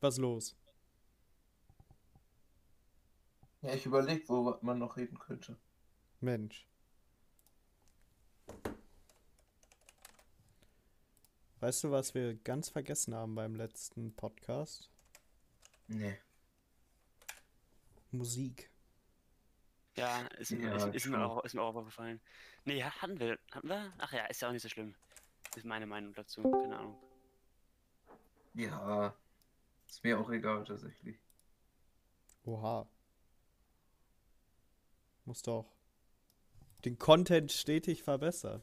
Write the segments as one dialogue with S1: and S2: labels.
S1: Was los?
S2: Ja, ich überlege, worüber man noch reden könnte.
S1: Mensch. Weißt du, was wir ganz vergessen haben beim letzten Podcast?
S2: Nee.
S1: Musik.
S3: Ja, ist mir,
S2: Ja,
S3: ist, ist, mir
S2: schon.
S3: auch, ist mir auch aufgefallen. Nee, ha- hatten wir, hatten wir? Ach ja, ist ja auch nicht so schlimm. Ist meine Meinung dazu, keine Ahnung.
S2: Ja. Ist mir auch egal tatsächlich.
S1: Oha. Muss doch den Content stetig verbessern.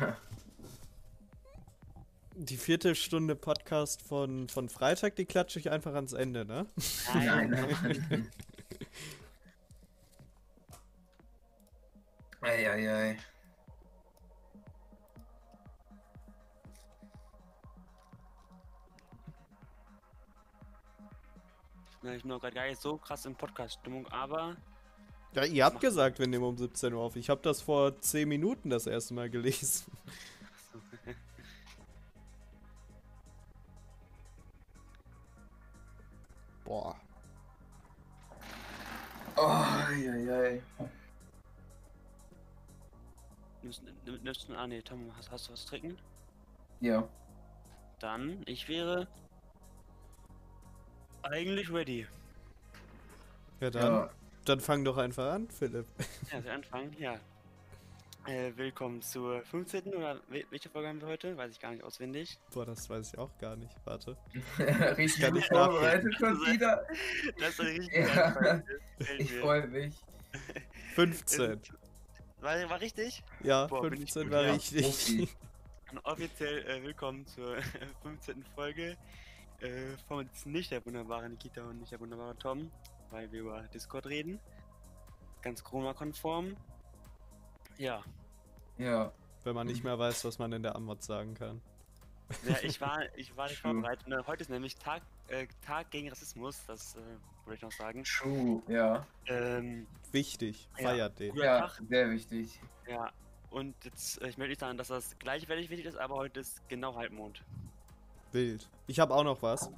S2: Ja.
S1: Die vierte Stunde Podcast von, von Freitag, die klatsche ich einfach ans Ende, ne?
S2: Nein, nein. Eieiei.
S3: Na, ne, Ich bin auch gerade gar nicht so krass in Podcast-Stimmung, aber
S1: Ja, ihr habt gesagt, wir nehmen um 17 Uhr auf. Ich habe das vor 10 Minuten das erste Mal gelesen. Boah.
S2: Oh, eieiei.
S3: nimmst, nimm- nimmst du. Ah nee, Tom, hast, hast du was zu trinken?
S2: Ja.
S3: Dann, ich wäre eigentlich ready.
S1: Ja, dann,
S2: Ja.
S1: dann fang doch einfach an, Philipp.
S3: Ja, wir anfangen, ja. Äh, willkommen zur 15. oder wel- welche Folge haben wir heute? Weiß ich gar nicht auswendig.
S1: Boah, das weiß ich auch gar nicht. Warte.
S2: Richtig
S1: Kann
S2: gut
S1: ich nachvollziehen.
S2: vorbereitet schon wieder.
S3: Das ist richtig
S2: Ja.
S3: einfach. Das gefällt
S2: Ich
S3: mir.
S2: freue mich.
S1: 15.
S3: War, war richtig?
S1: Ja,
S3: Äh, Boah, bin ich
S1: 15
S3: gut,
S1: war
S3: ja.
S1: richtig.
S3: Und offiziell äh, willkommen zur 15. Folge äh, von uns nicht der wunderbare Nikita und nicht der wunderbare Tom, weil wir über Discord reden. Ganz Corona-konform. Ja.
S2: Ja.
S1: Wenn man nicht mehr weiß, was man in der Amot sagen kann.
S3: ja, ich war, ich war nicht
S2: True.
S3: vorbereitet. Ne? Heute ist nämlich Tag, äh, Tag gegen Rassismus, das äh, wollte ich noch sagen.
S2: True. Ja.
S3: Ähm,
S1: Wichtig,
S3: Ja.
S1: feiert den.
S3: Guter
S2: Ja,
S3: Tag.
S2: sehr wichtig.
S3: ja, und jetzt, äh, ich möchte nicht sagen, dass das gleichwertig wichtig ist, aber heute ist genau Halbmond.
S1: Wild. Ich habe auch noch was.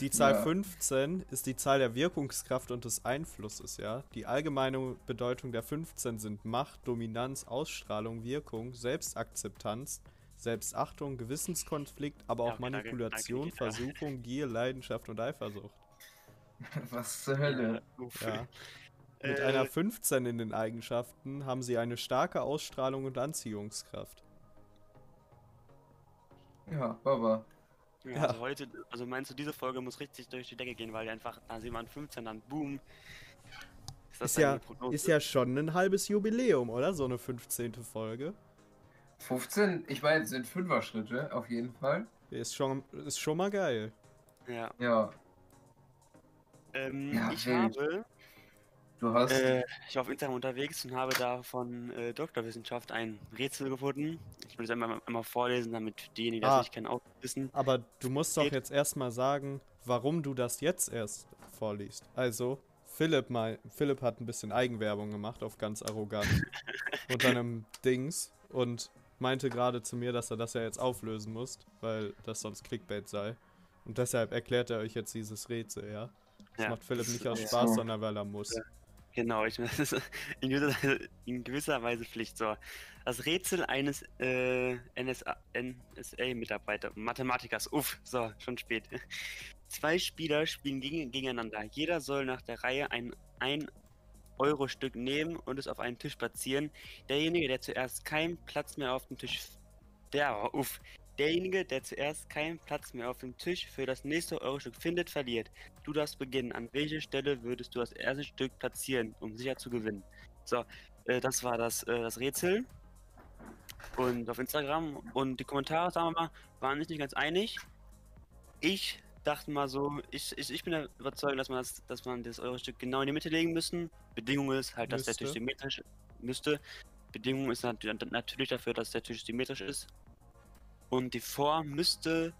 S1: Die Zahl
S2: Ja.
S1: 15 ist die Zahl der Wirkungskraft und des Einflusses, ja. Die allgemeine Bedeutung der 15 sind Macht, Dominanz, Ausstrahlung, Wirkung, Selbstakzeptanz, Selbstachtung, Gewissenskonflikt, aber
S3: Ja,
S1: auch
S3: okay, danke,
S1: Manipulation,
S3: danke, Nikita.
S1: Versuchung, Gier, Leidenschaft und Eifersucht.
S2: Was zur Hölle?
S3: Äh, uff.
S1: Ja. Mit
S3: Äh,
S1: einer 15 in den Eigenschaften haben sie eine starke Ausstrahlung und Anziehungskraft.
S2: Ja, Baba.
S3: Ja,
S1: Ja.
S3: Also heute, also meinst du, diese Folge muss richtig durch die Decke gehen, weil einfach, da sieht man 15, dann boom.
S1: Ist ja,
S3: deine Prognose?
S1: ist ja schon ein halbes Jubiläum, oder? So eine 15. Folge.
S2: 15, ich meine, es sind Fünfer-Schritte, auf jeden Fall.
S1: Ist schon, ist schon mal geil.
S3: Ja.
S2: Ja,
S3: Ähm,
S2: Ja,
S3: ich
S2: wild.
S3: habe,
S2: du hast.
S3: äh, ich war auf Instagram unterwegs und habe da von äh, Doktorwissenschaft ein Rätsel gefunden. Ich will es einmal, einmal vorlesen, damit diejenigen, die das
S1: Ah.
S3: nicht kennen, auch wissen.
S1: Aber du musst doch
S3: Geht.
S1: jetzt erstmal sagen, warum du das jetzt erst vorliest. Also, Philipp, mal, Philipp hat ein bisschen Eigenwerbung gemacht, auf ganz arrogant. unter einem Dings. Und meinte gerade zu mir, dass er das ja jetzt auflösen muss, weil das sonst Clickbait sei. Und deshalb erklärt er euch jetzt dieses Rätsel, ja? Das
S3: Ja,
S1: macht Philipp
S3: das
S1: nicht aus
S3: ist-
S1: Spaß,
S2: so.
S1: sondern weil er muss.
S3: Genau, ich das ist in gewisser, Weise, in gewisser Weise Pflicht. So, das Rätsel eines äh, NSA, NSA-Mitarbeiter, Mathematikers. Uff, so, schon spät. Zwei Spieler spielen gegen, gegeneinander. Jeder soll nach der Reihe ein 1-Euro-Stück nehmen und es auf einen Tisch platzieren. Derjenige, der zuerst keinen Platz mehr auf dem Tisch. Der, uff. Derjenige, der zuerst keinen Platz mehr auf dem Tisch für das nächste Euro-Stück findet, verliert. Du darfst beginnen. An welcher Stelle würdest du das erste Stück platzieren, um sicher zu gewinnen? So, äh, das war das, äh, das Rätsel. Und auf Instagram und die Kommentare, sagen wir mal, waren nicht, nicht ganz einig. Ich dachte mal so, ich, ich, ich bin der Überzeugung, dass man das, dass man das Euro-Stück genau in die Mitte legen müssen. Bedingung ist halt, dass
S1: Müsste.
S3: der Tisch symmetrisch müsste. Bedingung ist nat natürlich dafür, dass der Tisch symmetrisch ist. Und die Form müsste,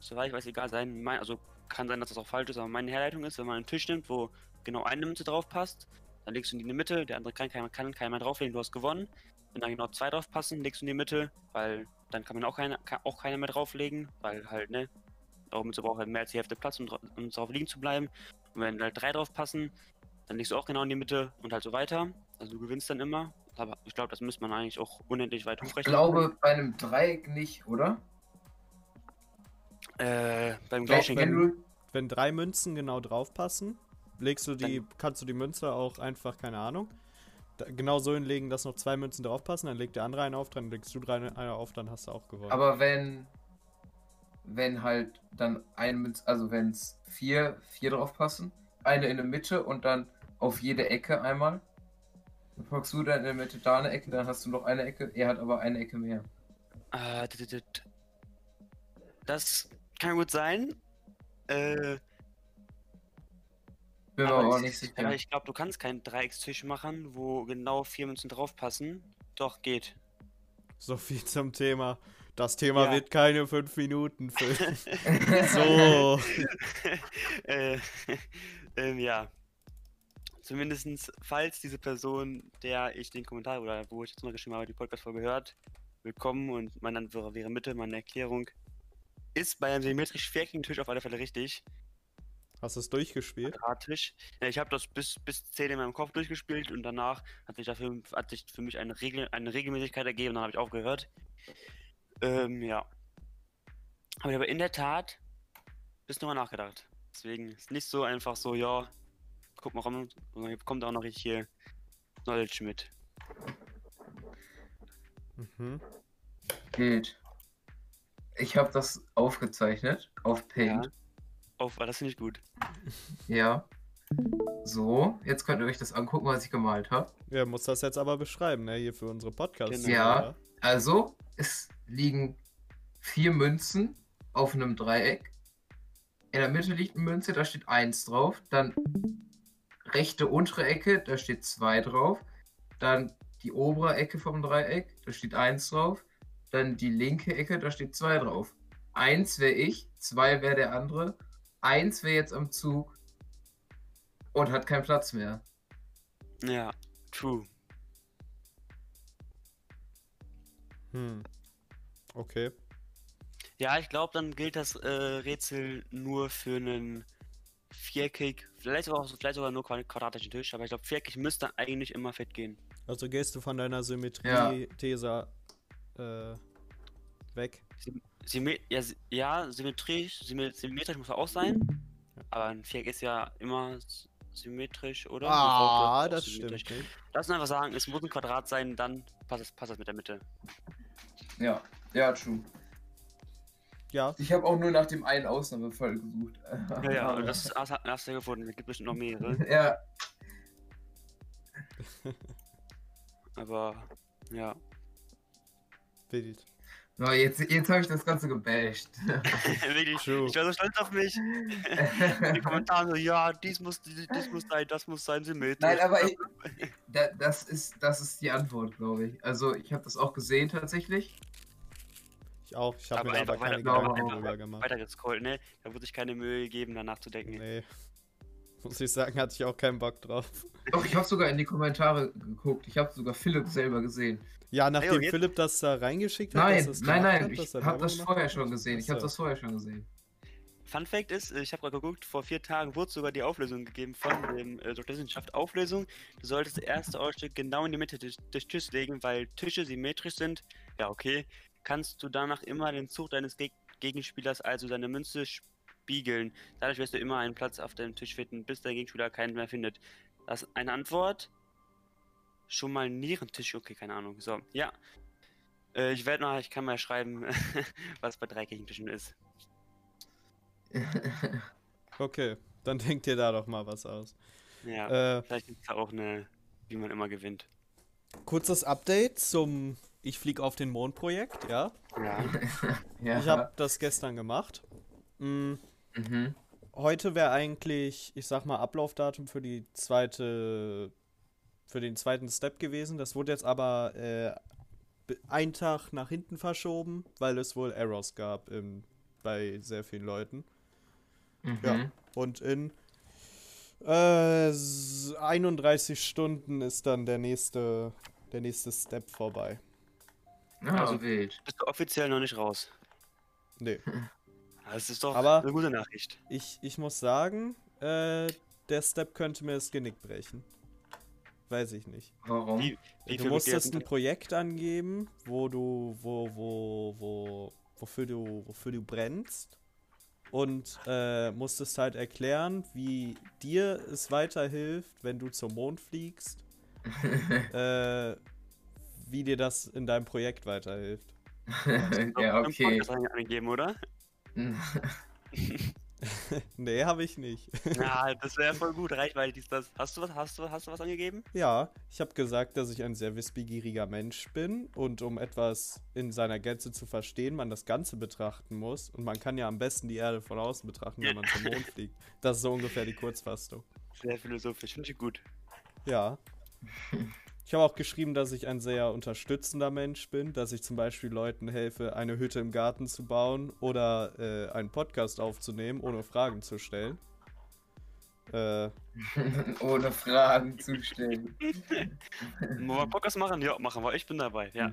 S3: soweit ich weiß, egal sein. Mein, also kann sein, dass das auch falsch ist, aber meine Herleitung ist, wenn man einen Tisch nimmt, wo genau eine Münze drauf passt, Dann legst du die in die Mitte, der andere kann keiner kann, kann mehr drauflegen, du hast gewonnen. Wenn dann genau zwei draufpassen, legst du in die Mitte, weil dann kann man auch keiner kann auch keiner mehr drauflegen, weil halt, ne? Darum braucht halt mehr als die Hälfte Platz, um, dra- um drauf liegen zu bleiben. Und wenn halt drei draufpassen, dann legst du auch genau in die Mitte und halt so weiter. Also du gewinnst dann immer. Aber ich glaube, das müsste man eigentlich auch unendlich weit
S2: Ich
S3: hochrechnen.
S2: glaube bei einem Dreieck nicht, oder?
S3: Äh, beim
S2: Doch,
S3: Gleichschenken.
S2: wenn du,
S1: Wenn drei Münzen genau draufpassen, legst du die, kannst du die Münze auch einfach, keine Ahnung, da, genau so hinlegen, dass noch zwei Münzen draufpassen, dann legt der andere einen auf, dann legst du drei eine auf, dann hast du auch gewonnen.
S2: aber wenn wenn halt dann eine Münze, also wenn es vier, vier drauf passen, eine in der Mitte und dann auf jede Ecke einmal. Dann packst du dann in der Mitte da eine Ecke, dann hast du noch eine Ecke, er hat aber eine Ecke mehr.
S3: Äh, dit, dit, dit. Das kann gut sein. Äh,
S2: Bin mir
S3: aber
S2: aber auch
S3: ich,
S2: nicht
S3: Genau, aber
S2: sicher.
S3: ich glaube, du kannst keinen Dreieckstisch machen, wo genau vier Münzen draufpassen. Doch, geht.
S1: so viel zum Thema. Das Thema
S3: Ja.
S1: wird keine fünf Minuten füllen.
S3: Ja.
S1: so.
S3: äh, ähm, ja. Zumindestens, falls diese Person, der ich den Kommentar oder wo ich jetzt mal geschrieben habe, die Podcast-Folge hört, willkommen und meine Antwort wäre Mitte, meine Erklärung. Ist bei einem symmetrisch viereckigen Tisch auf alle Fälle richtig.
S1: Hast du es durchgespielt?
S3: quadratisch. Ja, ich habe das bis, bis 10 in meinem Kopf durchgespielt und danach hat sich dafür hat sich für mich eine, Regel, eine Regelmäßigkeit ergeben und dann habe ich aufgehört. Ähm, ja. Habe ich aber in der Tat bis nochmal nachgedacht. Deswegen ist nicht so einfach so, ja, guck mal rum, sondern hier kommt auch noch richtig hier Knowledge mit.
S1: Mhm.
S2: Geht. Ich habe das aufgezeichnet auf Paint.
S3: Auf, ah, das finde ich gut.
S2: Ja. So, jetzt könnt ihr euch das angucken, was ich gemalt habe.
S1: Ja, muss das jetzt aber beschreiben, ne? Hier für unsere Podcasts.
S3: Genau.
S2: Ja. Also, es liegen vier Münzen auf einem Dreieck. In der Mitte liegt eine Münze, da steht 1 drauf. Dann rechte untere Ecke, da steht 2 drauf. Dann die obere Ecke vom Dreieck, da steht 1 drauf. Dann die linke Ecke, da steht 2 drauf. 1 wäre ich, 2 wäre der andere. 1 wäre jetzt am Zug und hat keinen Platz mehr.
S3: Ja, true.
S1: Hm. Okay.
S3: Ja, ich glaube, dann gilt das äh, Rätsel nur für einen viereckig, vielleicht auch vielleicht sogar nur quad- quadratischen Tisch, aber ich glaube, viereckig müsste eigentlich immer fit gehen.
S1: Also gehst du von deiner Symmetrie-These äh, weg.
S3: Symme ja, sy- ja, symmetrisch, symme- symmetrisch muss er auch sein, aber ein Viereck ist ja immer s- symmetrisch, oder? Eine Raute
S1: Ah,
S3: ist auch
S1: das
S3: symmetrisch.
S1: stimmt nicht.
S3: Lass uns einfach sagen, es muss ein Quadrat sein, dann passt das, passt das mit der Mitte.
S2: Ja, ja, true.
S1: Ja,
S2: Ich habe auch nur nach dem einen Ausnahmefall gesucht.
S3: Ja, ja, und das hast, hast du ja gefunden, es gibt bestimmt noch mehrere,
S2: ja,
S3: aber ja.
S1: wild.
S2: so, jetzt, jetzt habe ich das Ganze gebasht.
S3: Wirklich,
S1: True.
S3: ich war so stolz auf mich. in den Kommentaren so, ja, dies muss, dies, dies muss sein, das muss sein, symmetrisch.
S2: Nein, aber ich, da, das, ist, das ist die Antwort, glaube ich. Also, ich habe das auch gesehen tatsächlich.
S1: Ich auch. Ich habe
S3: Aber
S1: mir da
S3: einfach
S1: aber keine
S2: weiter-
S1: Gedanken
S2: aber-
S1: drüber gemacht.
S3: Weiter gescrollt, ne? Da wurde sich keine Mühe gegeben, danach zu denken.
S1: Nee. Muss ich sagen, hatte ich auch keinen Bock drauf.
S2: Doch, ich habe sogar in die Kommentare geguckt. Ich habe sogar Philipp selber gesehen.
S1: Ja,
S3: Ey,
S1: nachdem
S3: und jetzt-
S1: Philipp das da reingeschickt hat, dass
S2: Nein,
S1: das
S2: nein,
S1: gemacht
S2: nein.
S1: hat,
S2: Ich
S1: dass er ne?
S2: habe
S1: Werbung
S2: das
S1: gemacht
S2: vorher
S1: hat.
S2: schon gesehen. Ich habe
S1: Achso.
S2: das vorher schon gesehen.
S3: Fun Fact ist, äh, ich habe gerade geguckt, vor vier Tagen wurde sogar die Auflösung gegeben von dem äh, Dr. Wissenschaft Auflösung. Du solltest das erste Ausstück genau in die Mitte des, des Tisches legen, weil Tische symmetrisch sind. Ja, okay. Kannst du danach immer den Zug deines Geg Gegenspielers, also deine Münze, spiegeln. Dadurch wirst du immer einen Platz auf deinem Tisch finden, bis dein Gegenspieler keinen mehr findet. Das ist eine Antwort. Schon mal Nierentisch, okay, keine Ahnung. So, ja. Äh, ich werde mal, ich kann mal schreiben, was bei drei Gegentischen ist.
S1: Okay, dann denkt ihr da doch mal was aus.
S3: Ja.
S1: Äh,
S3: Vielleicht gibt es da auch eine, wie man immer gewinnt.
S1: kurzes Update zum Ich flieg auf den Mond Projekt, ja.
S3: Ja.
S2: ja.
S1: Ich habe das gestern gemacht. Mm,
S2: mhm.
S1: heute wäre eigentlich, ich sag mal, Ablaufdatum für die zweite, für den zweiten Step gewesen. Das wurde jetzt aber äh, be- einen Tag nach hinten verschoben, weil es wohl Errors gab im, bei sehr vielen Leuten.
S2: Mhm.
S1: Ja. Und in Äh, s- 31 Stunden ist dann der nächste, der nächste Step vorbei.
S2: Ja,
S3: Also-
S2: Ah, wild.
S3: Bist du offiziell noch nicht raus.
S1: Nee.
S3: Das ist doch
S1: Aber-
S3: eine gute Nachricht.
S1: Ich, ich muss sagen, äh, der Step könnte mir das Genick brechen. Weiß ich nicht.
S2: Warum?
S3: Die- Wie
S1: Äh, du
S3: viel
S1: musstest ein
S3: Mitglieder
S1: Projekt angeben, wo du, wo, wo, wo, wofür du, wofür du brennst. Und äh, musstest halt erklären, wie dir es weiterhilft, wenn du zum Mond fliegst. äh, wie dir das in deinem Projekt weiterhilft.
S3: sind?
S2: ja,
S3: Doch, fünf
S2: okay.
S3: Podcast rein- Angegeben, oder?
S1: Nee, habe ich nicht.
S3: Ja, das wäre voll gut. Reichweite dies, das. Hast du was, hast du, hast du was angegeben?
S1: Ja, ich habe gesagt, dass ich ein sehr wissbegieriger Mensch bin und um etwas in seiner Gänze zu verstehen, man das Ganze betrachten muss. Und man kann ja am besten die Erde von außen betrachten, wenn man zum Mond fliegt. Das ist so ungefähr die Kurzfassung.
S3: Sehr philosophisch. Finde ich gut.
S1: Ja. Ich habe auch geschrieben, dass ich ein sehr unterstützender Mensch bin, dass ich zum Beispiel Leuten helfe, eine Hütte im Garten zu bauen oder äh, einen Podcast aufzunehmen, ohne Fragen zu stellen. Äh,
S2: Ohne Fragen zu stellen.
S3: Wollen wir Podcast machen? Ja, machen wir. Ich bin dabei. Ja.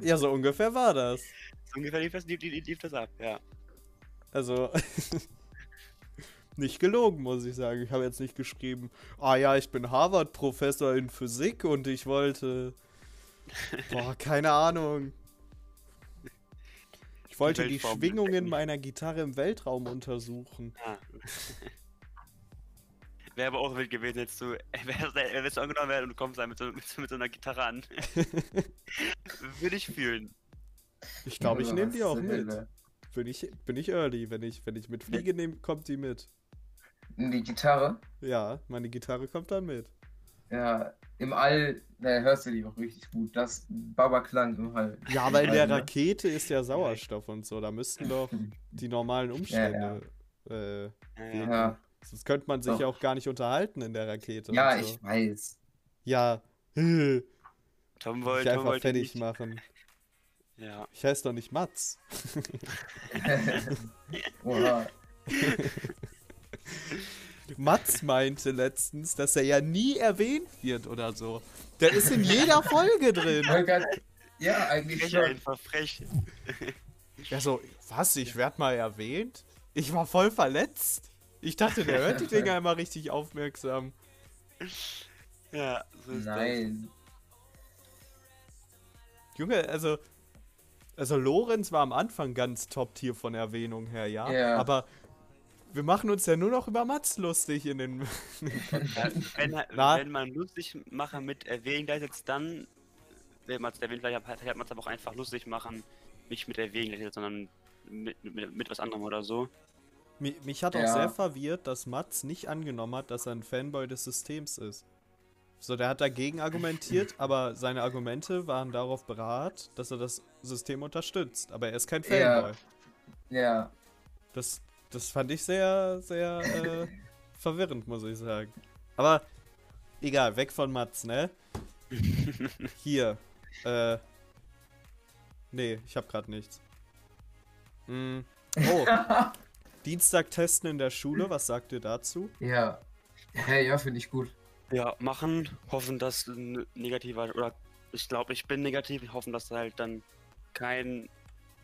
S1: ja, so ungefähr war das.
S3: So ungefähr lief das, lief, lief, lief das ab. Ja.
S1: Also, nicht gelogen, muss ich sagen. Ich habe jetzt nicht geschrieben, ah ja, ich bin Harvard-Professor in Physik und ich wollte. Boah, keine Ahnung. Ich wollte die
S3: Weltraum
S1: Schwingungen
S3: entdecken.
S1: meiner Gitarre im Weltraum untersuchen.
S3: ja. Wäre aber auch wild gewesen, jetzt du, wär- wär- wärst du angenommen werden und du kommst dann mit so, mit, so- mit so einer Gitarre an. Würde ich fühlen.
S1: Ich glaube, ich nehme die auch
S2: Was zur
S1: mit.
S2: Hölle?
S1: Bin ich, bin ich early, wenn ich, wenn ich mitfliege, nehm, kommt die mit.
S2: Die Gitarre?
S1: Ja, meine Gitarre kommt dann mit.
S2: Ja, im All, da hörst du die auch richtig gut. Das Babaklang im All.
S1: Ja, aber in der
S2: ne?
S1: Rakete ist ja Sauerstoff und so. Da müssten doch die normalen Umstände Äh,
S3: Ja.
S2: Ja,
S1: Sonst könnte man sich
S2: Doch.
S1: ja auch gar nicht unterhalten in der Rakete.
S2: ja
S1: und so.
S2: ich weiß.
S1: Ja. Ich
S3: Tom wollte, Tom
S1: einfach
S3: wollte
S1: fertig
S3: nicht.
S1: machen.
S3: Ja.
S1: Ich heiße doch nicht Mats.
S2: Oha.
S1: Mats meinte letztens, dass er ja nie erwähnt wird oder so. Der ist in jeder Folge drin.
S2: Volker, ja, eigentlich
S3: Frech
S2: schon.
S3: einfach, frech.
S1: Ja, so, was? Ich werd mal erwähnt? Ich war voll verletzt. Ich dachte, der hört die Dinger immer richtig aufmerksam.
S3: Ja, so ist
S2: Nein.
S1: Junge, also. Also Lorenz war am Anfang ganz Top-Tier von Erwähnung her, ja.
S2: Ja.
S1: Aber wir machen uns ja nur noch über Mats lustig in den
S3: das. Ja, wenn,
S1: Na?
S3: wenn man lustig machen mit erwähnen, gleichsetzt, dann, wenn man es erwähnt, vielleicht hat, hat man es aber auch einfach lustig machen, nicht mit erwähnen, gleichsetzt, sondern mit, mit, mit was anderem oder so.
S1: Mich, mich hat auch
S2: Ja.
S1: sehr verwirrt, dass Mats nicht angenommen hat, dass er ein Fanboy des Systems ist. So, der hat dagegen argumentiert, aber seine Argumente waren darauf berat, dass er das System unterstützt. Aber er ist kein
S2: Ja.
S1: Fanboy.
S2: Ja,
S1: Das, das fand ich sehr, sehr äh, verwirrend, muss ich sagen. Aber egal, weg von Mats, ne? Hier. Äh. Nee, ich hab grad nichts. Mm. Oh. Dienstag testen in der Schule, was sagt ihr dazu?
S2: ja. Hey, ja, finde ich gut.
S3: Ja, machen, hoffen, dass ein negativer, oder ich glaube, ich bin negativ, hoffen, dass halt dann kein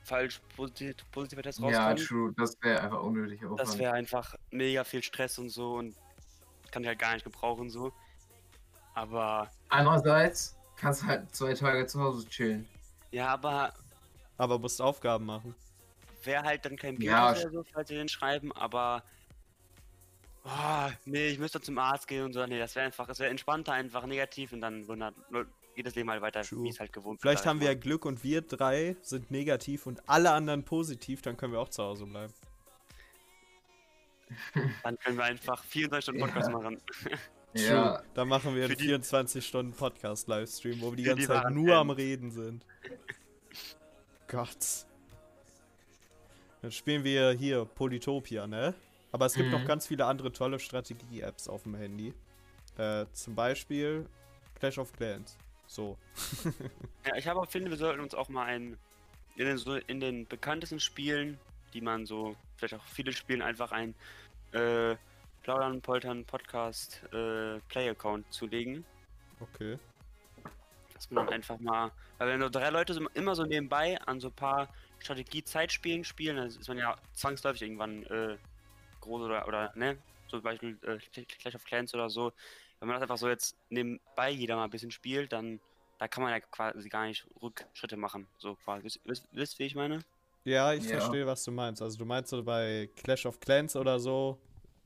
S3: falsch posit positiver Test
S2: Ja,
S3: rauskommt.
S2: true. Das wäre einfach unnötig.
S3: das wäre einfach mega viel Stress und so und kann ich halt gar nicht gebrauchen so. Aber,
S2: Andererseits kannst halt zwei Tage zu Hause chillen.
S3: ja, aber
S1: Aber musst Aufgaben machen.
S3: wäre halt dann kein Bier
S2: Ja,
S3: oder so, falls sie den schreiben, aber oh, nee, ich müsste zum Arzt gehen und so, nee, das wäre einfach, es wäre entspannter einfach negativ und dann wundert, geht das Leben halt weiter,
S1: True.
S3: wie es halt gewohnt
S1: Vielleicht
S3: sag
S1: haben
S3: ich
S1: wir ja
S3: mal.
S1: Glück und wir drei sind negativ und alle anderen positiv, dann können wir auch zu Hause bleiben.
S3: Dann können wir einfach 24 Stunden Podcast
S2: Ja.
S3: machen.
S2: Ja,
S1: True. Dann machen wir einen
S3: Für die-
S1: 24-Stunden-Podcast-Livestream, wo wir die
S3: Für die
S1: ganze Zeit
S3: wahren
S1: nur am
S3: Fans.
S1: Reden sind. Gott. Dann spielen wir hier Polytopia, ne? Aber es gibt
S2: Mhm.
S1: noch ganz viele andere tolle Strategie-Apps auf dem Handy. Äh, zum Beispiel Clash of Clans. So.
S3: Ja, ich habe auch finde, wir sollten uns auch mal einen in den, so in den bekanntesten Spielen, die man so vielleicht auch viele spielen, einfach ein äh, Plaudern, Poltern, Podcast, äh, Play-Account zulegen.
S1: Okay.
S3: Dass man dann einfach mal, weil wenn so drei Leute so immer so nebenbei an so ein paar Strategie-Zeitspielen spielen, dann ist man ja zwangsläufig irgendwann äh, groß oder, oder ne, so zum Beispiel äh, Clash of Clans oder so. Wenn man das einfach so jetzt nebenbei jeder mal ein bisschen spielt, dann da kann man ja quasi gar nicht Rückschritte machen. So quasi. Wisst, wisst, wisst wie ich meine?
S1: Ja, ich
S2: Ja.
S1: verstehe, was du meinst. Also du meinst so bei Clash of Clans oder so,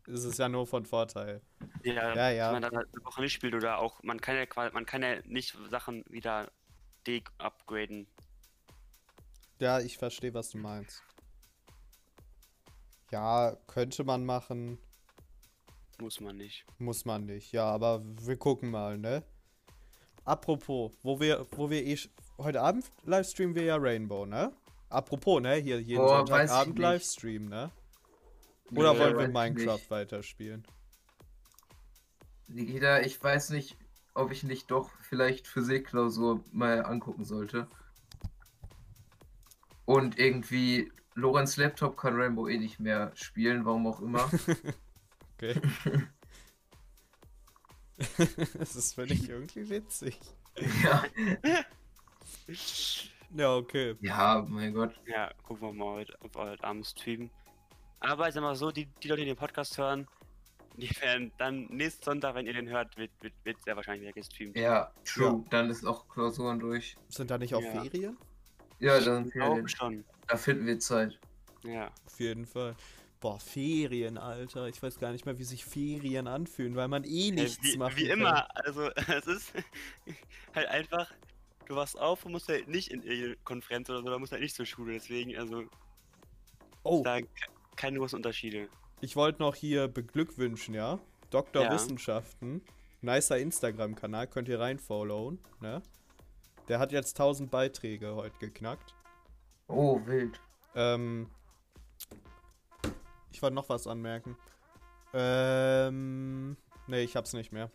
S1: ist es ja nur von Vorteil.
S3: Ja,
S1: Ja, ja.
S3: Dass man dann halt eine Woche nicht spielt oder auch, man kann ja quasi, man kann ja nicht Sachen wieder de-upgraden.
S1: Ja, ich verstehe, was du meinst. Ja, könnte man machen,
S3: Muss man nicht.
S1: muss man nicht. Ja, aber wir gucken mal, ne? Apropos, wo wir, wo wir eh sch- heute Abend livestreamen wir ja Rainbow, ne? Apropos, ne? Hier jeden
S2: Boah, weiß ich
S1: Sonntagabend
S2: nicht.
S1: livestream, ne? Oder
S3: Nee,
S1: wollen wir
S2: weiß ich
S1: Minecraft
S2: nicht.
S1: weiterspielen?
S2: Nikita, ich weiß nicht, ob ich nicht doch vielleicht Physikklausur mal angucken sollte. Und irgendwie, Lorenz Laptop kann Rainbow eh nicht mehr spielen, warum auch immer.
S1: Okay. das ist völlig irgendwie witzig.
S2: ja.
S1: Ja, okay.
S2: ja, mein Gott.
S3: Ja, gucken wir mal, heute, ob wir heute Abend streamen. Aber ich sag mal so, die, die Leute, die den Podcast hören, die werden dann nächsten Sonntag, wenn ihr den hört, wird, wird, wird sehr wahrscheinlich wieder gestreamt.
S2: Ja, true. Dann ist auch Klausuren durch.
S1: Sind da nicht auch
S3: Ja.
S1: Ferien?
S2: Ja, dann
S3: Auch schon.
S2: da finden wir Zeit.
S3: Ja.
S1: Auf jeden Fall. Boah, Ferien, Alter. Ich weiß gar nicht mehr, wie sich Ferien anfühlen, weil man eh
S3: Äh,
S1: nichts
S3: wie,
S1: macht.
S3: wie immer, also es ist halt einfach, du wachst auf und musst halt nicht in irgendeine Konferenz oder so, da musst halt nicht zur Schule, deswegen, also
S1: Oh,
S3: da ke- keine großen Unterschiede.
S1: ich wollte noch hier beglückwünschen, ja? Dr.
S3: Ja.
S1: Wissenschaften. Nicer Instagram-Kanal, könnt ihr reinfollowen, ne? Der hat jetzt 1000 Beiträge heute geknackt.
S2: Oh, wild.
S1: Ähm. Ich wollte noch was anmerken. Ähm. Nee, ich hab's nicht mehr.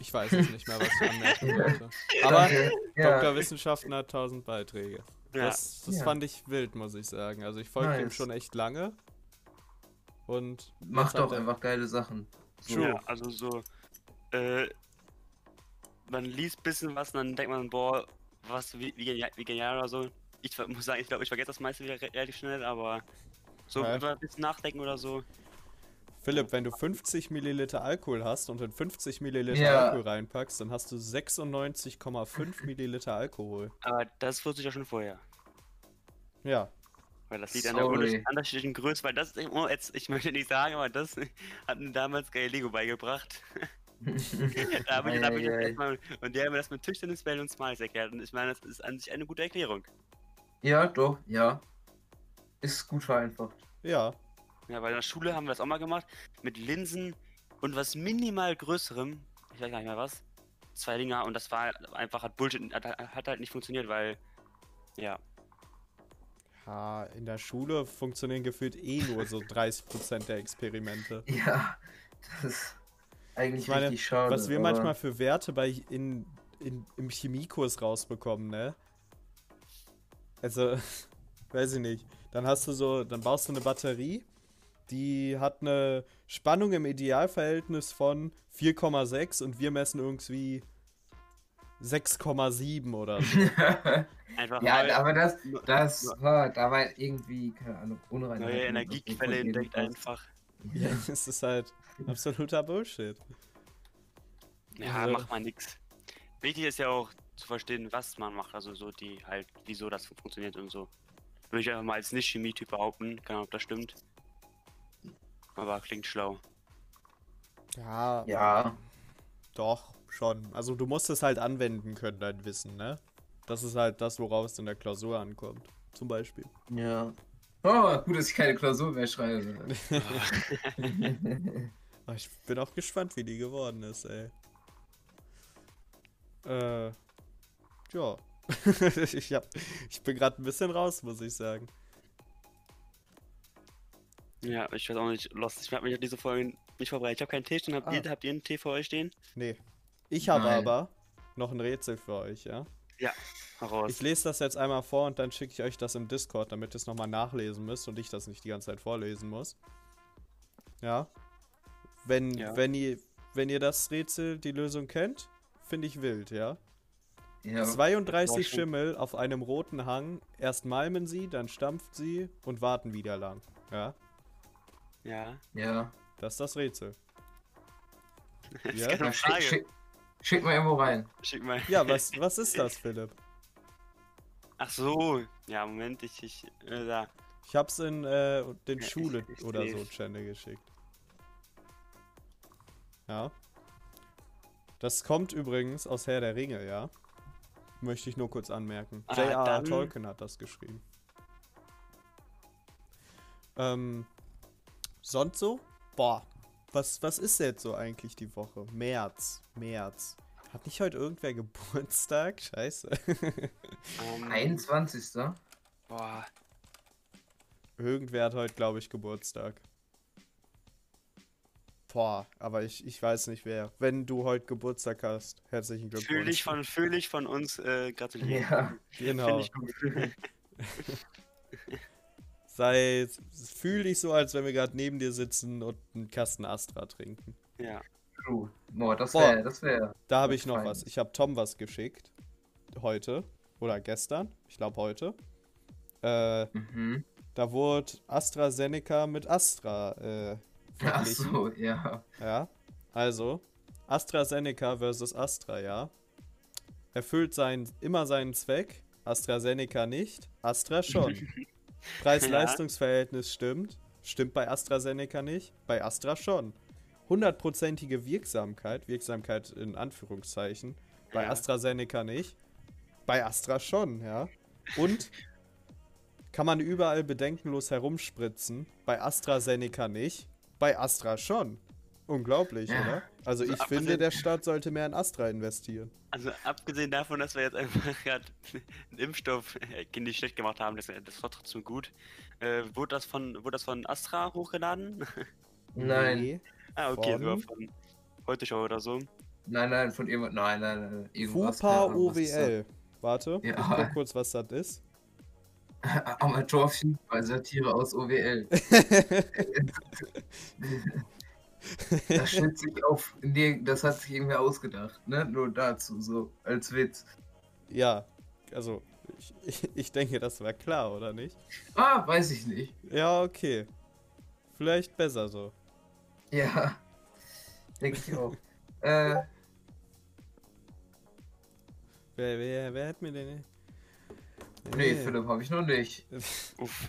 S1: Ich weiß jetzt nicht mehr, was ich anmerken wollte. Aber
S2: Danke.
S1: Dr.
S2: Ja,
S1: Wissenschaften hat 1000 Beiträge.
S3: Ja,
S1: Das, das
S2: Ja.
S1: fand ich wild, muss ich sagen. Also ich folge ihm
S2: Nice.
S1: schon echt lange. Und
S2: macht
S1: hat
S2: doch
S1: er-
S2: einfach geile Sachen.
S1: true.
S3: ja also so, äh, man liest ein bisschen was und dann denkt man, boah, was, wie, wie, genial, wie genial oder so. Ich ver- muss sagen, ich glaube, ich vergesse das meiste wieder re relativ schnell, aber so
S1: Ja.
S3: über ein bisschen nachdenken oder so.
S1: Philipp, wenn du 50 Milliliter Alkohol hast und in 50 Milliliter
S2: Ja.
S1: Alkohol reinpackst, dann hast du 96,5 Milliliter Alkohol.
S3: Aber das wusste ich ja schon vorher.
S1: Ja,
S3: Weil das liegt an der
S2: Sorry.
S3: unterschied- unterschiedlichen Größe, weil das, oh, jetzt, ich möchte nicht sagen, aber das hat mir damals Galileo beigebracht. da bin ich, da bin ich
S2: Ei, ei, ei.
S3: erstmal, und der hat mir das mit Tischtennisbällen und Smiles erklärt. Und ich meine, das ist an sich eine gute Erklärung.
S2: Ja, doch, ja. Ist gut vereinfacht.
S1: Ja,
S3: Ja, weil in der Schule haben wir das auch mal gemacht, mit Linsen und was minimal größerem, ich weiß gar nicht mehr was, zwei Dinger und das war einfach hat Bullshit, hat, hat halt nicht funktioniert, weil, ja,
S1: ha, in der Schule funktionieren gefühlt eh nur so 30% der Experimente.
S2: Ja, das ist eigentlich
S1: Ich meine,
S2: richtig schade.
S1: Was wir
S2: aber-
S1: manchmal für Werte bei in, in, im Chemiekurs rausbekommen, ne? Also, weiß ich nicht. Dann hast du so, dann baust du eine Batterie, die hat eine Spannung im Idealverhältnis von 4,6 und wir messen irgendwie 6,7 oder so.
S3: einfach mal
S2: ja, aber das,
S3: nur-
S2: das
S3: nur
S2: war, da war irgendwie, keine Ahnung, unrein.
S3: neue Energiequelle entdeckt einfach.
S1: ja, es ist halt absoluter Bullshit.
S3: Ja,
S1: Also-
S3: macht man nix. Wichtig ist ja auch zu verstehen, was man macht, also so die halt, wieso das funktioniert und so. Würde ich einfach mal als Nicht-Chemie-Typ behaupten, keine Ahnung, ob das stimmt. Aber klingt schlau.
S1: Ja,
S2: Ja,
S1: Doch, schon. Also du musst es halt anwenden können, dein Wissen, ne? Das ist halt das, worauf es in der Klausur ankommt. Zum Beispiel.
S2: ja. Oh, gut, dass ich keine Klausur mehr schreibe.
S1: Aber Ich bin auch gespannt, wie die geworden ist, ey. Äh. Ja. ich, hab, ich bin gerade ein bisschen raus, muss ich sagen.
S3: Ja, ich weiß auch nicht, Lost, ich habe mich auf diese Folge nicht vorbereitet. Ich habe keinen Tee stehen, habt,
S1: Ah.
S3: ihr, habt ihr einen Tee vor euch stehen?
S1: Nee. Ich habe
S2: Nein.
S1: aber noch ein Rätsel für euch, ja?
S3: Heraus.
S1: Ich lese das jetzt einmal vor und dann schicke ich euch das im Discord, damit ihr es nochmal nachlesen müsst und ich das nicht die ganze Zeit vorlesen muss. Ja. Wenn,
S3: Ja.
S1: Wenn, ihr, wenn ihr das Rätsel, die Lösung kennt, finde ich wild, ja.
S2: Ja.
S1: 32
S3: Überraschend.
S1: Schimmel auf einem roten Hang. Erst malmen sie, dann stampft sie und warten wieder lang. Ja,
S3: Ja.
S2: ja.
S1: das ist das Rätsel.
S3: kann-
S1: Ja,
S2: ja
S3: Eine
S2: schick,
S3: Frage.
S2: schick, schick mal irgendwo rein.
S3: Schick mal.
S1: ja was, was ist das, Philipp?
S3: Ach so. Ja, Moment, ich. ich äh, da.
S1: Ich hab's in äh, den
S3: Ja, ich-
S1: Schule
S3: ich
S1: oder so
S3: seh's.
S1: Channel geschickt. Ja. Das kommt übrigens aus Herr der Ringe, ja. Möchte ich nur kurz anmerken.
S3: Ah,
S1: J.R.R.
S3: dann-
S1: Tolkien hat das geschrieben. Ähm, sonst so? Boah, was, was ist jetzt so eigentlich die Woche? März, März. Hat nicht heute irgendwer Geburtstag? Scheiße.
S3: Ähm,
S2: 21.
S3: Boah.
S1: Irgendwer hat heute, glaube ich, Geburtstag. Boah, aber ich, ich weiß nicht wer. Wenn du heute Geburtstag hast, herzlichen Glückwunsch.
S3: Fühl dich von, fühl dich von uns äh, gratulieren.
S2: Ja.
S1: Genau. Sei, fühl dich so, als wenn wir gerade neben dir sitzen und einen Kasten Astra trinken.
S3: Ja.
S2: True. Boah, das
S1: Boah.
S2: wäre, das wäre.
S1: Da habe ich noch
S2: Fein.
S1: was. Ich habe Tom was geschickt. Heute. Oder gestern. Ich glaube heute. Äh,
S2: Mhm.
S1: da wurde AstraZeneca mit Astra äh,
S2: Ach
S1: verglichen.
S2: so, ja.
S1: Ja, also AstraZeneca versus Astra, ja. Erfüllt sein, immer seinen Zweck, AstraZeneca nicht, Astra schon. Preis-Leistungs-Verhältnis stimmt, stimmt bei AstraZeneca nicht, bei Astra schon. Hundertprozentige Wirksamkeit, Wirksamkeit in Anführungszeichen, bei
S3: Ja.
S1: AstraZeneca nicht, bei Astra schon, ja. Und kann man überall bedenkenlos herumspritzen, bei AstraZeneca nicht, bei Astra schon. Unglaublich,
S2: Ja.
S1: oder? Also ich finde,
S3: Also abgesehen-
S1: der Staat sollte mehr in Astra investieren.
S3: Also abgesehen davon, dass wir jetzt einfach gerade einen Impfstoff äh, nicht schlecht gemacht haben, das, das war trotzdem gut. Äh, wurde, das von, wurde das von Astra hochgeladen?
S2: Nein.
S1: Nee.
S3: ah, okay,
S1: Von?
S3: sogar von Heute Show oder so.
S2: Nein, nein, von irgendwas. Nein, nein, nein. Irgendwas.
S1: FUPA
S2: keine Ahnung, was ist
S1: OWL. Warte, ich
S2: Ja.
S1: guck kurz, was das ist.
S2: das? Amateur auf Fußball, Satire aus OWL. Das schätze ich auf. Nee, das hat sich irgendwer ausgedacht, ne? Nur dazu, so als Witz.
S1: ja, also ich, ich, ich denke, das war klar, oder nicht?
S2: Ah, weiß ich nicht.
S1: Ja, okay. Vielleicht besser so.
S2: Ja. Denke ich auch. äh,
S1: Wer, wer, wer hat mir denn...
S2: nee, Philipp, habe ich noch nicht.
S3: Uff.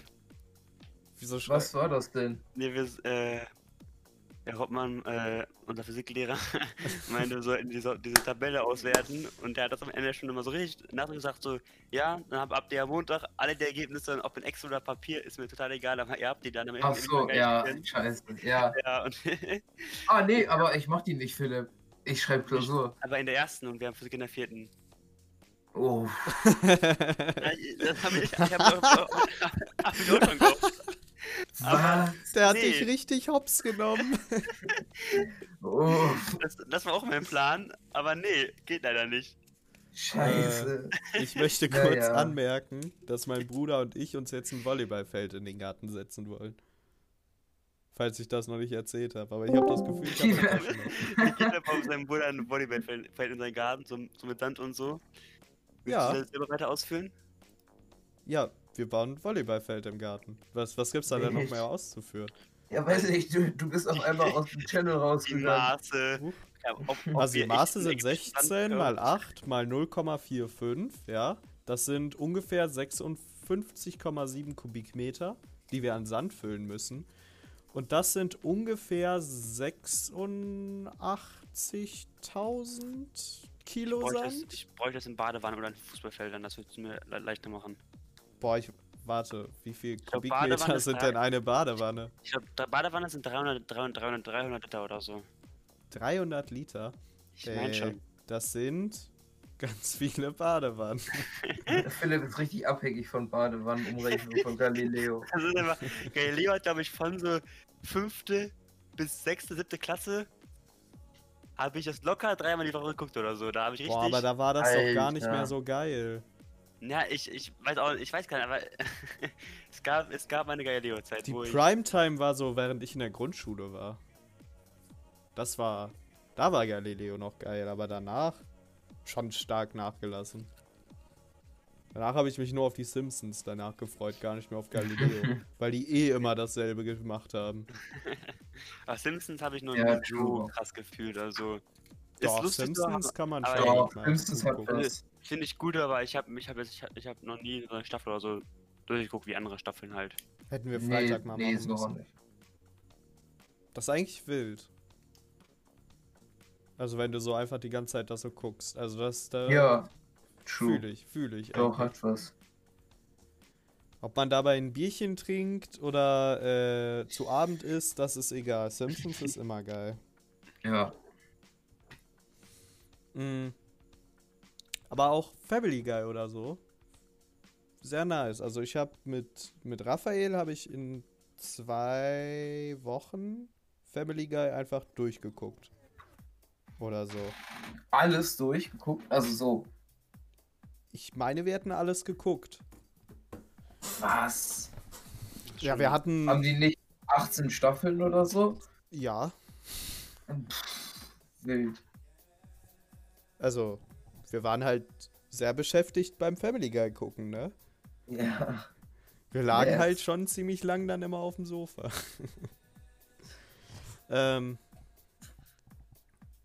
S1: Wieso schreibt
S2: Was war das denn?
S3: Nee, wir, äh, Herr Hoppmann, äh, unser Physiklehrer, meinte, wir sollten diese, diese Tabelle auswerten und der hat das am Ende schon immer so richtig nachgesagt, so, ja, dann habt ab der Montag alle die Ergebnisse, ob in Excel oder Papier, ist mir total egal, aber ihr habt die dann am Ende
S2: Ach
S3: immer
S2: so,
S3: gleich
S2: ja,
S3: drin.
S2: scheiße. Ja.
S3: Ja, und
S2: Ah, nee, aber ich mach die nicht, Philipp. Ich schreibe Klausur.
S3: aber in der ersten und wir haben Physik in der vierten.
S2: Oh,
S3: Ja, das hab ich, ich hab auch, hab ich auch schon gehofft. Aber-
S2: was?
S1: Der hat
S3: Nee.
S1: dich richtig hops genommen.
S2: Oh,
S3: Das, das war auch mein Plan, aber nee, geht leider nicht.
S2: scheiße.
S1: Ich möchte
S2: Ja,
S1: kurz
S2: ja.
S1: anmerken, dass mein Bruder und ich uns jetzt ein Volleyballfeld in den Garten setzen wollen. Falls ich das noch nicht erzählt habe, aber ich habe das Gefühl, ich habe das auch schon mal.
S3: Ich gehe einfach auf seinem Bruder ein Volleyballfeld fällt in seinen Garten, so, so mit Sand und so. Willst
S1: Ja.
S3: du das selber weiter ausführen?
S1: Ja, wir bauen ein Volleyballfeld im Garten. Was, was gibt's da denn noch
S2: Echt?
S1: mehr auszuführen?
S2: Ja, weiß nicht, du, du bist auf einmal aus dem Channel
S3: Die
S2: rausgegangen.
S3: Maße.
S1: Huch.
S3: Ja, ob, ob
S1: Also die
S3: wir
S1: Maße
S3: echt
S1: sind
S3: einen echten Stand
S1: 16
S3: haben.
S1: mal 8 mal 0,45, ja. Das sind ungefähr 56,7 Kubikmeter, die wir an Sand füllen müssen. Und das sind ungefähr 86.000
S3: Ich
S1: Kilo
S3: bräuchte, das,
S1: Sand.
S3: ich bräuchte das in Badewannen oder in Fußballfeldern, das würde es mir le leichter machen.
S1: Boah, ich warte, wie viel
S3: glaub,
S1: Kubikmeter
S3: Badewanne ist
S1: sind
S3: drei-
S1: denn eine Badewanne?
S3: Ich glaube, Badewannen sind 300, 300, 300, 300 Liter oder so.
S1: 300 Liter.
S3: Ich meine
S1: Äh,
S3: schon.
S1: Das sind ganz viele Badewannen.
S2: Philipp ist richtig abhängig von Badewannenumrechnung von Galileo.
S3: Das ist einfach, Galileo hat, glaube ich, von so fünfte bis sechste, siebte Klasse habe ich das locker dreimal die Woche geguckt oder so. Da habe ich richtig.
S1: Boah, aber da war das doch gar nicht
S2: Alter.
S1: mehr so geil.
S3: ja, ich, ich weiß auch, ich weiß gar nicht, aber es gab, es gab eine Galileo-Zeit,
S1: Die
S3: wo ich.
S1: Primetime war so, während ich in der Grundschule war. Das war. Da war Galileo noch geil, aber danach schon stark nachgelassen. Danach habe ich mich nur auf die Simpsons danach gefreut, gar nicht mehr auf Galileo. weil die eh immer dasselbe gemacht haben.
S3: Aber Simpsons habe ich nur
S2: Ja,
S3: nicht so
S2: true.
S3: krass gefühlt oder so.
S1: Doch,
S3: lustig,
S1: Simpsons kann man
S3: aber-
S1: schon.
S2: Doch,
S1: mal
S2: Simpsons
S1: gut
S2: hat
S1: gucken.
S2: was.
S3: Finde ich gut, aber ich habe ich hab jetzt, ich hab, ich hab noch nie so eine Staffel oder so durchgeguckt wie andere Staffeln halt.
S1: Hätten wir Freitag mal machen
S2: so
S1: müssen.
S2: nicht.
S1: Das ist eigentlich wild. Also wenn du so einfach die ganze Zeit das so guckst. Also das
S3: äh,
S1: da
S2: Ja, true.
S1: fühle ich, fühle ich.
S2: Doch,
S1: eigentlich.
S2: hat was.
S1: Ob man dabei ein Bierchen trinkt oder äh, zu Abend isst, das ist egal. Simpsons ist immer geil.
S2: Ja. Mhm.
S1: Mm. Aber auch Family Guy oder so. Sehr nice. Also ich habe mit, mit Raphael habe ich in zwei Wochen Family Guy einfach durchgeguckt. Oder so.
S2: Alles durchgeguckt, also so.
S1: Ich meine, wir hätten alles geguckt.
S2: Was?
S1: Ja, wir hatten.
S3: Hm.
S2: Haben die nicht 18 Staffeln oder so?
S1: Ja,
S2: Wild.
S1: also wir waren halt sehr beschäftigt beim Family Guy gucken, ne?
S2: Ja.
S1: Wir lagen
S2: Yes.
S1: halt schon ziemlich lang dann immer auf dem Sofa. ähm.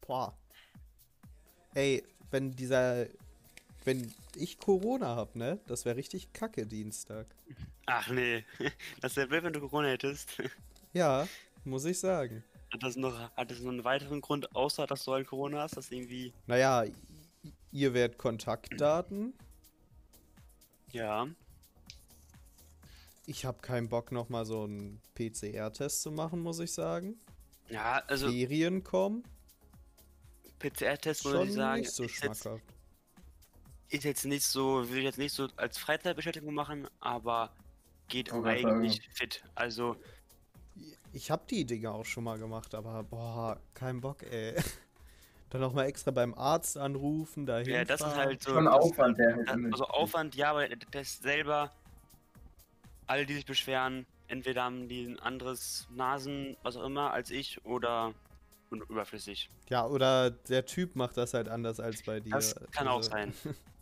S1: Boah. Ey, wenn dieser. Wenn ich Corona hab, ne? Das wäre richtig kacke Dienstag.
S3: Ach nee, das wäre blöd, wenn du Corona hättest.
S1: Ja, muss ich sagen.
S3: Hat das, noch, hat das noch einen weiteren Grund, außer dass du halt Corona hast, dass irgendwie.
S1: Naja, i- ihr werdet Kontaktdaten.
S3: Ja.
S1: Ich hab keinen Bock, nochmal so einen PCR-Test zu machen, muss ich sagen.
S3: Ja, also
S1: Serien kommen.
S3: PCR-Test
S1: Schon
S3: muss ich sagen,
S1: nicht so
S3: ist, jetzt,
S1: schmackhaft.
S3: ist jetzt nicht so, würde ich jetzt nicht so als Freizeitbeschäftigung machen, aber geht
S2: Wollte gerade
S3: eigentlich fit. Also,
S1: Ich hab die Dinge auch schon mal gemacht, aber boah, kein Bock, ey. Dann nochmal extra beim Arzt anrufen, dahin.
S3: ja, das ist
S1: fahren.
S3: halt so.
S2: Schon
S3: das-
S2: Aufwand, der halt
S3: Das,
S2: unnötig
S3: also
S2: ist.
S3: Aufwand, ja, aber der Test selber, alle, die sich beschweren, entweder haben die ein anderes Nasen, was auch immer, als ich oder und überflüssig.
S1: Ja, oder der Typ macht das halt anders als bei dir.
S3: Das kann auch
S1: Also,
S3: sein.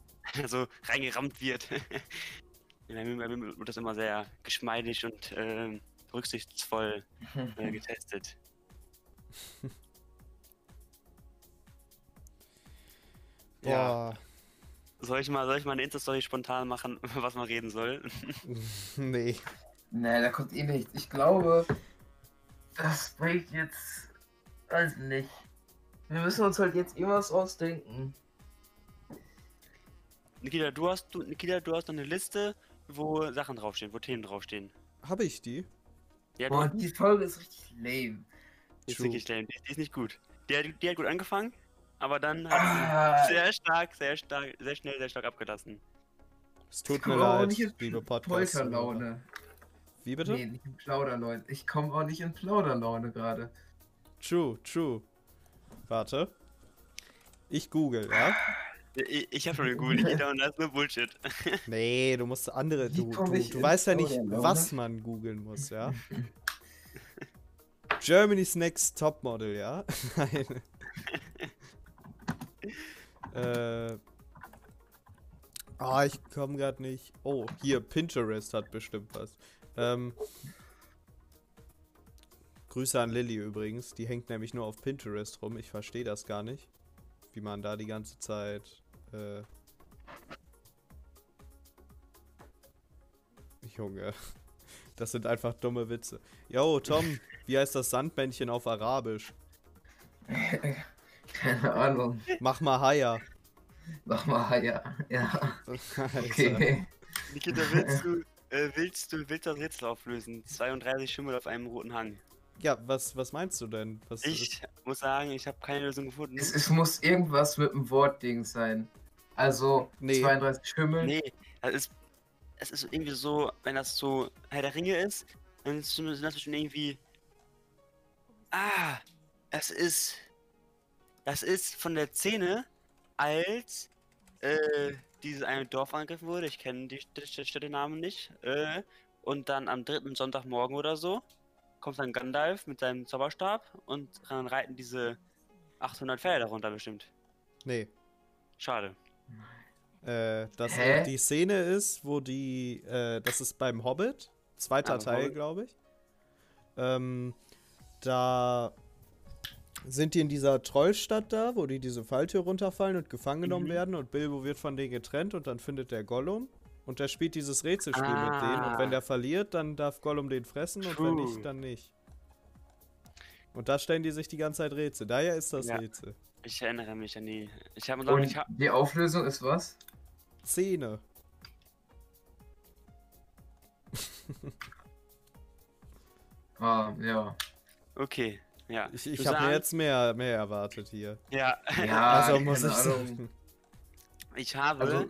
S3: Also reingerammt wird. Bei mir, bei mir wird das immer sehr geschmeidig und ähm, rücksichtsvoll äh, getestet.
S1: Boah,
S3: Ja. Soll ich mal, soll ich mal eine Insta-Story spontan machen, was man reden soll?
S1: nee.
S2: Nee, da kommt eh nichts. Ich glaube, das bringt jetzt. Weiß nicht. Wir müssen uns halt jetzt irgendwas ausdenken.
S3: Nikita, du hast du, Nikita, du hast noch eine Liste, wo Sachen draufstehen, wo Themen draufstehen.
S1: Hab ich die?
S3: Ja, du
S2: Boah, die Folge ist richtig lame.
S3: Die ist
S1: True.
S3: wirklich lame. Die, die ist nicht gut. Die hat, die hat gut angefangen, aber dann hat
S2: Ah,
S3: sie sehr stark, sehr stark, sehr schnell, sehr stark abgelassen.
S1: Es tut mir
S2: komm auch
S1: leid,
S2: nicht in
S1: liebe Podcast.
S2: Polterlaune.
S1: Wie bitte?
S2: Nee, nicht in Plauderlaune. Ich komme auch nicht in Plauderlaune gerade.
S1: True, true. Warte. Ich google, ja?
S3: Ich, ich habe schon gegoogelt, ich und das ist nur Bullshit.
S1: Nee, du musst andere.
S2: Wie
S1: Du, du,
S2: komm ich
S1: du
S2: in
S1: weißt ja nicht,
S2: Plauderlaune?
S1: was man googeln muss, ja? Germany's Next Topmodel, ja? Nein. äh. Ah, ich komme gerade nicht. Oh, hier, Pinterest hat bestimmt was. Ähm. Grüße an Lilly übrigens. Die hängt nämlich nur auf Pinterest rum. Ich verstehe das gar nicht. Wie man da die ganze Zeit. Äh, Junge. Das sind einfach dumme Witze. Yo, Tom, wie heißt das Sandmännchen auf Arabisch?
S2: Keine Ahnung.
S1: Mach mal Haya.
S2: Mach mal, ja. Ja,
S1: Alter.
S2: okay.
S3: Nikita, willst du, äh, willst du, willst du das Rätsel auflösen? 32 Schimmel auf einem roten Hang.
S1: Ja, was, was meinst du denn? Was ist-
S3: Ich muss sagen, ich habe keine Lösung gefunden.
S2: Es, es muss irgendwas mit dem Wortding sein. Also,
S1: Nee.
S2: 32 Schimmel.
S3: Nee, das ist, es ist irgendwie so, wenn das so Herr der Ringe ist, dann ist- sind das schon irgendwie. Ah, es ist Das ist von der Szene, als äh, dieses eine Dorf angegriffen wurde. Ich kenne die St- St- Städtenamen nicht. Äh, und dann am dritten Sonntagmorgen oder so kommt dann Gandalf mit seinem Zauberstab und dann reiten diese 800 Pferde darunter bestimmt.
S1: Nee.
S3: Schade.
S1: Äh, das
S2: Hä?
S1: die Szene ist, wo die, äh, das ist beim Hobbit, zweiter
S3: Ah, beim
S1: Teil,
S3: Hobbit.
S1: glaube ich. Ähm, da sind die in dieser Trollstadt da, wo die diese Falltür runterfallen und gefangen genommen
S3: Mhm.
S1: werden und Bilbo wird von denen getrennt und dann findet der Gollum und der spielt dieses Rätselspiel mit denen und wenn
S3: Ah.
S1: der verliert, dann darf Gollum den fressen und wenn
S3: True.
S1: nicht, dann nicht. Und da stellen die sich die ganze Zeit Rätsel. Daher ist das
S3: Ja.
S1: Rätsel.
S3: Ich erinnere mich an die. Ich habe noch
S2: Und
S3: ich hab,
S2: die Auflösung ist was?
S1: Szene.
S2: Ah, ja.
S3: Okay. Ja.
S1: Ich,
S3: Du
S1: ich habe mir
S3: sagst-
S1: jetzt mehr, mehr erwartet hier.
S3: Ja.
S2: Ja,
S1: also
S2: keine
S1: muss ich
S2: Ahnung.
S1: sagen.
S3: Ich habe
S2: Also,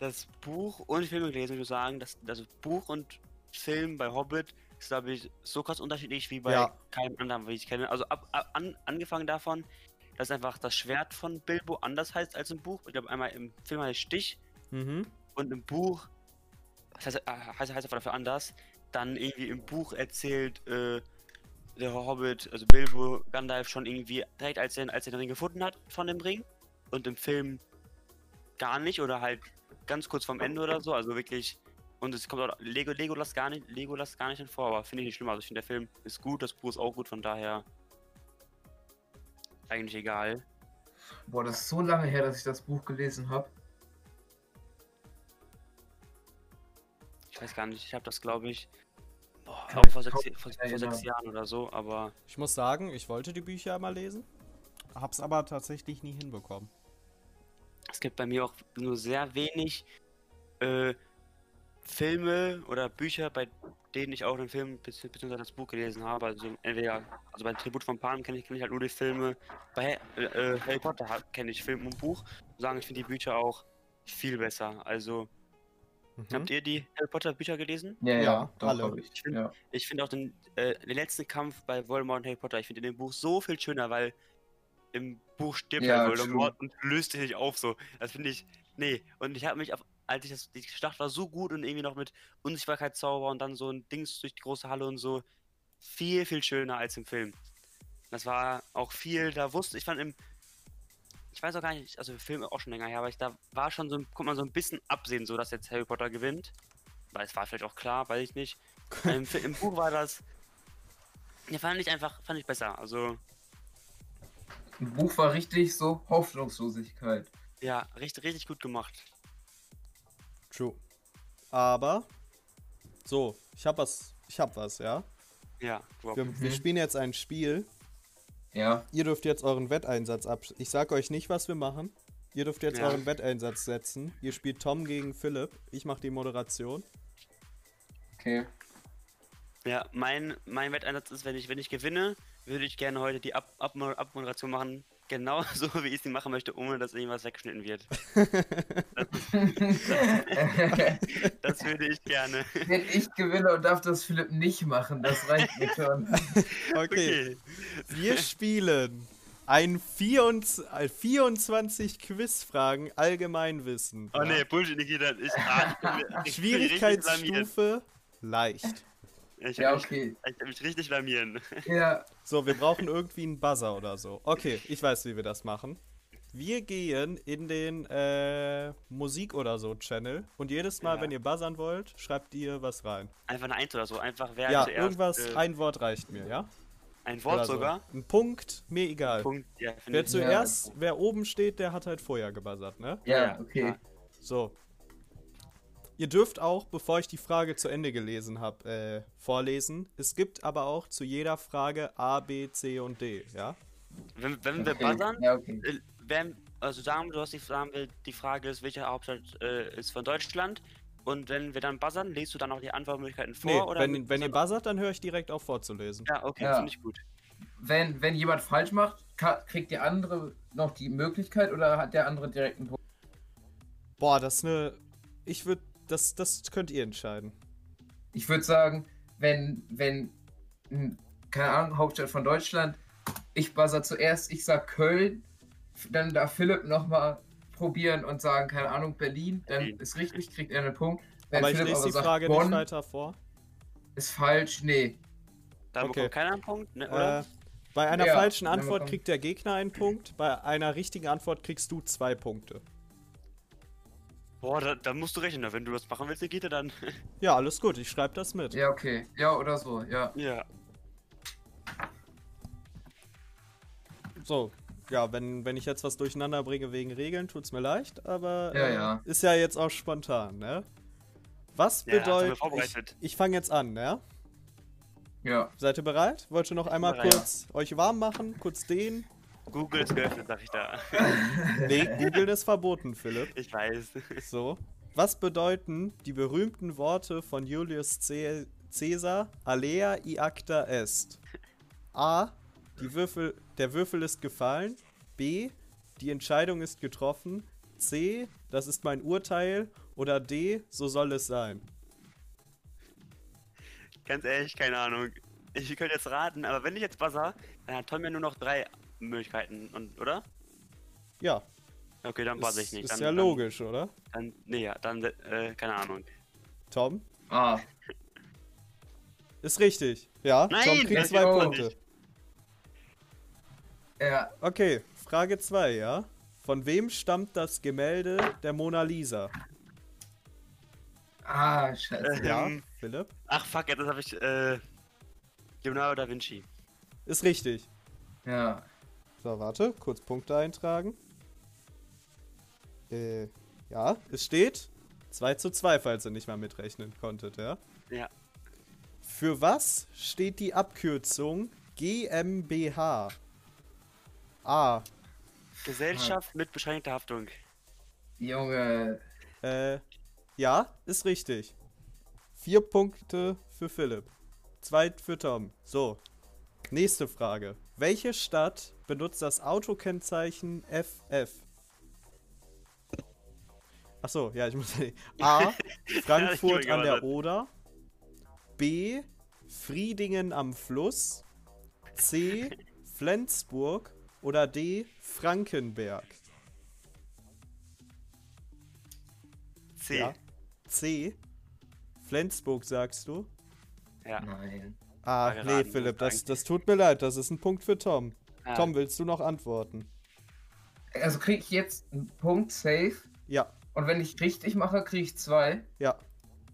S3: das Buch und Filme gelesen, würde ich sagen, dass das Buch und Film bei Hobbit ist, glaube ich, so krass unterschiedlich wie bei
S1: Ja.
S3: keinem anderen, wie ich kenne. Also ab, ab, an, angefangen davon, dass einfach das Schwert von Bilbo anders heißt als im Buch. Ich glaube, einmal im Film heißt Stich
S1: Mhm.
S3: und im Buch, was heißt, äh, heißt, heißt er dafür anders, dann irgendwie im Buch erzählt äh, der Hobbit, also Bilbo Gandalf schon irgendwie direkt, als er, als er den Ring gefunden hat von dem Ring und im Film gar nicht oder halt ganz kurz vorm Ende oder so, also wirklich und es kommt auch Lego, Legolas gar nicht, Legolas gar nicht hin vor, aber finde ich nicht schlimm, also ich finde der Film ist gut, das Buch ist auch gut, von daher eigentlich egal.
S2: boah, das ist so lange her, dass ich das Buch gelesen habe.
S3: Ich weiß gar nicht, ich habe das glaube ich, boah,
S2: Kann
S3: glaub
S2: mich
S3: ich vor, sechs,
S2: kaum
S3: vor, vor sechs
S2: erinnern.
S3: Jahren oder so, aber
S1: Ich muss sagen, ich wollte die Bücher einmal lesen, hab's aber tatsächlich nie hinbekommen.
S3: Es gibt bei mir auch nur sehr wenig äh, Filme oder Bücher, bei denen ich auch den Film bzw. beziehungsweise das Buch gelesen habe. Also entweder, also bei Tribut von Panem kenne ich, kenn ich halt nur die Filme. Bei Ha- äh, äh, Harry Potter kenne ich Film und Buch. Ich muss Sagen, ich finde die Bücher auch viel besser. Also
S1: Mhm.
S2: Mhm.
S3: habt ihr die Harry Potter Bücher gelesen?
S2: Ja, ja,
S1: Ja,
S2: doch,
S1: alle.
S2: hab ich.
S3: Ich find-
S2: Ja.
S3: Ich finde auch den, äh, den letzten Kampf bei Voldemort und Harry Potter, ich finde in dem Buch so viel schöner, weil im Buch stirbt
S2: Ja,
S3: halt Voldemort und löst sich nicht auf so. Das finde ich, nee. Und ich habe mich, auf, als ich das, die Schlacht war so gut und irgendwie noch mit Unsichtbarkeitszauber und dann so ein Dings durch die große Halle und so, viel, viel schöner als im Film. Das war auch viel, da wusste ich fand im, ich weiß auch gar nicht, also Film ist auch schon länger her, aber ich, da war schon so, ein- konnte man so ein bisschen absehen, so dass jetzt Harry Potter gewinnt. Weil es war vielleicht auch klar, weiß ich nicht. Im, Fi- Im Buch war das. Ja, fand ich einfach, fand ich besser. Also,
S2: Im Buch war richtig so Hoffnungslosigkeit.
S3: ja, richtig, richtig gut gemacht.
S1: True. Aber, so, ich hab was, ich hab was, ja?
S3: Ja, Rob.
S1: Wir, wir spielen jetzt ein Spiel.
S2: Ja,
S1: Ihr dürft jetzt euren Wetteinsatz ab. Ich sag euch nicht, was wir machen. Ihr dürft jetzt
S3: Ja.
S1: euren Wetteinsatz setzen. Ihr spielt Tom gegen Philipp. Ich mache die Moderation.
S2: okay.
S3: Ja, mein, mein Wetteinsatz ist, wenn ich, wenn ich gewinne, würde ich gerne heute die Ab Ab Abmoderation machen. Genau so, wie ich sie machen möchte, ohne dass irgendwas weggeschnitten wird.
S2: Wenn
S3: Das würde ich gerne.
S2: ich gewinne und darf das Philipp nicht machen, das reicht mir schon.
S1: okay. Wir spielen ein 24, äh, 24 Quizfragen Allgemeinwissen.
S3: Oh ne, Bullshit, Nikita. Ich, ah, ich bin- ich bin richtig blamiert.
S1: Schwierigkeitsstufe leicht.
S3: Ich
S2: Ja,
S3: ja, mich,
S2: okay.
S3: ich hab mich richtig blamieren.
S2: Ja,
S1: So, wir brauchen irgendwie einen Buzzer oder so. Okay, ich weiß, wie wir das machen. Wir gehen in den äh, Musik oder so Channel und jedes Mal,
S3: Ja.
S1: wenn ihr buzzern wollt, schreibt ihr was rein.
S3: Einfach eine Eins oder so. Einfach wer
S1: Ja,
S3: zuerst,
S1: irgendwas,
S3: äh, ein,
S1: ein Wort reicht mir, ja? Oder
S3: Wort
S1: so.
S3: sogar.
S1: Ein Punkt, mir egal.
S3: Punkt. Ja, finde
S1: Wer
S3: ich.
S1: zuerst, wer oben steht, der hat halt vorher gebuzzert, ne?
S2: ja, okay.
S3: ja.
S1: So. Ihr dürft auch, bevor ich die Frage zu Ende gelesen habe, äh, vorlesen. Es gibt aber auch zu jeder Frage A, B, C und D, ja?
S3: Wenn, wenn wir
S2: okay.
S3: buzzern,
S2: Ja, okay.
S3: äh, wenn, also sagen wir, du hast die, sagen wir, die Frage ist, welche Hauptstadt äh, ist von Deutschland? Und wenn wir dann buzzern, lest du dann auch die Antwortmöglichkeiten vor?
S1: Nee,
S3: oder
S1: wenn, wenn ihr buzzert, dann höre ich direkt auf vorzulesen.
S3: Ja, okay,
S2: Ja.
S3: finde ich gut.
S2: Wenn, wenn jemand falsch macht, ka- kriegt der andere noch die Möglichkeit oder hat der andere direkt einen Punkt?
S1: Boah, das ist eine. Ich würde. Das, das könnt ihr entscheiden.
S2: Ich würde sagen, wenn, wenn, hm, keine Ahnung, Hauptstadt von Deutschland, ich buzzer zuerst, ich sag Köln Dann darf Philipp nochmal probieren und sagen, keine Ahnung, Berlin, dann
S3: Berlin.
S2: ist richtig, kriegt er einen Punkt.
S1: Aber ich lese die Frage nicht
S2: Bonn
S1: weiter vor.
S2: ist falsch, nee.
S3: Da
S1: Okay.
S3: bekommt keiner einen Punkt, ne?
S1: Äh,
S3: oder?
S1: bei einer
S2: Ja,
S1: falschen
S2: dann
S1: Antwort
S2: bekommen-
S1: kriegt der Gegner einen Punkt, bei einer richtigen Antwort kriegst du zwei Punkte.
S3: Boah, da, da musst du rechnen. ne? Wenn du das machen willst, Nikita, dann.
S1: Ja, alles gut, ich schreibe das mit.
S2: Ja, okay. Ja, oder so, ja.
S3: ja.
S1: So, ja, wenn, wenn ich jetzt was durcheinander bringe wegen Regeln, tut's mir leicht, aber
S2: Ja,
S1: äh,
S2: ja.
S1: ist ja jetzt auch spontan, ne? Was
S3: Ja, das haben wir
S1: bedeutet.
S3: vorbereitet.
S1: ich ich fange jetzt an, ne?
S2: Ja.
S1: Seid ihr bereit? Wollt ihr noch einmal
S3: bereit.
S1: kurz euch warm machen, kurz dehnen?
S3: Google ist geöffnet, sag ich da.
S1: Nee, googeln ist verboten, Philipp.
S3: Ich weiß.
S1: So. Was bedeuten die berühmten Worte von Julius Cä- Caesar, Alea iacta est? A. Die Würfel, der Würfel ist gefallen. B. Die Entscheidung ist getroffen. C. Das ist mein Urteil. Oder D. So soll es sein.
S3: Ganz ehrlich, keine Ahnung. Ich könnte jetzt raten, aber wenn ich jetzt buzzer, dann hat Tom ja nur noch drei Möglichkeiten, und, oder?
S1: Ja,
S3: Okay, dann
S1: ist,
S3: buzzer ich nicht.
S1: ist
S3: dann,
S1: ja
S3: dann,
S1: logisch, oder?
S3: Dann, nee, ja, dann, äh, keine Ahnung.
S1: Tom?
S2: Ah,
S1: Ist richtig. Ja, Tom
S3: Nein,
S1: kriegt
S2: das
S1: zwei
S2: glaub
S3: ich
S1: Punkte.
S3: nicht.
S2: ja.
S1: Okay, Frage 2, ja? Von wem stammt das Gemälde der Mona Lisa?
S2: Ah, scheiße.
S3: Äh.
S1: Ja,
S3: Ähm.
S1: Philipp?
S3: Ach, fuck, jetzt habe ich, äh, Leonardo da Vinci.
S1: Ist richtig.
S2: Ja.
S1: So, warte, kurz Punkte eintragen. Äh, ja, es steht 2 zu 2, falls ihr nicht mal mitrechnen konntet, ja?
S3: Ja.
S1: Für was steht die Abkürzung GmbH? A.
S3: Gesellschaft mit beschränkter Haftung.
S2: Junge.
S1: Äh, ja, ist richtig. Vier Punkte für Philipp. Zwei für Tom. So. Nächste Frage. Welche Stadt benutzt das Autokennzeichen FF? Achso, ja, ich muss. A. Frankfurt an der Oder. B. Friedingen am Fluss. C. Flensburg. Oder D. Frankenberg.
S3: C.
S1: Ja. C. Flensburg sagst du?
S3: ja.
S2: Nein.
S1: Ah,
S3: War
S1: nee,
S3: geraten,
S1: Philipp,
S3: muss ich
S1: das,
S3: sagen.
S1: das tut mir leid, das ist ein Punkt für Tom.
S3: Ah.
S1: Tom, willst du noch antworten?
S2: Also kriege ich jetzt einen Punkt safe.
S1: Ja,
S2: Und wenn ich richtig mache, kriege ich zwei.
S1: ja.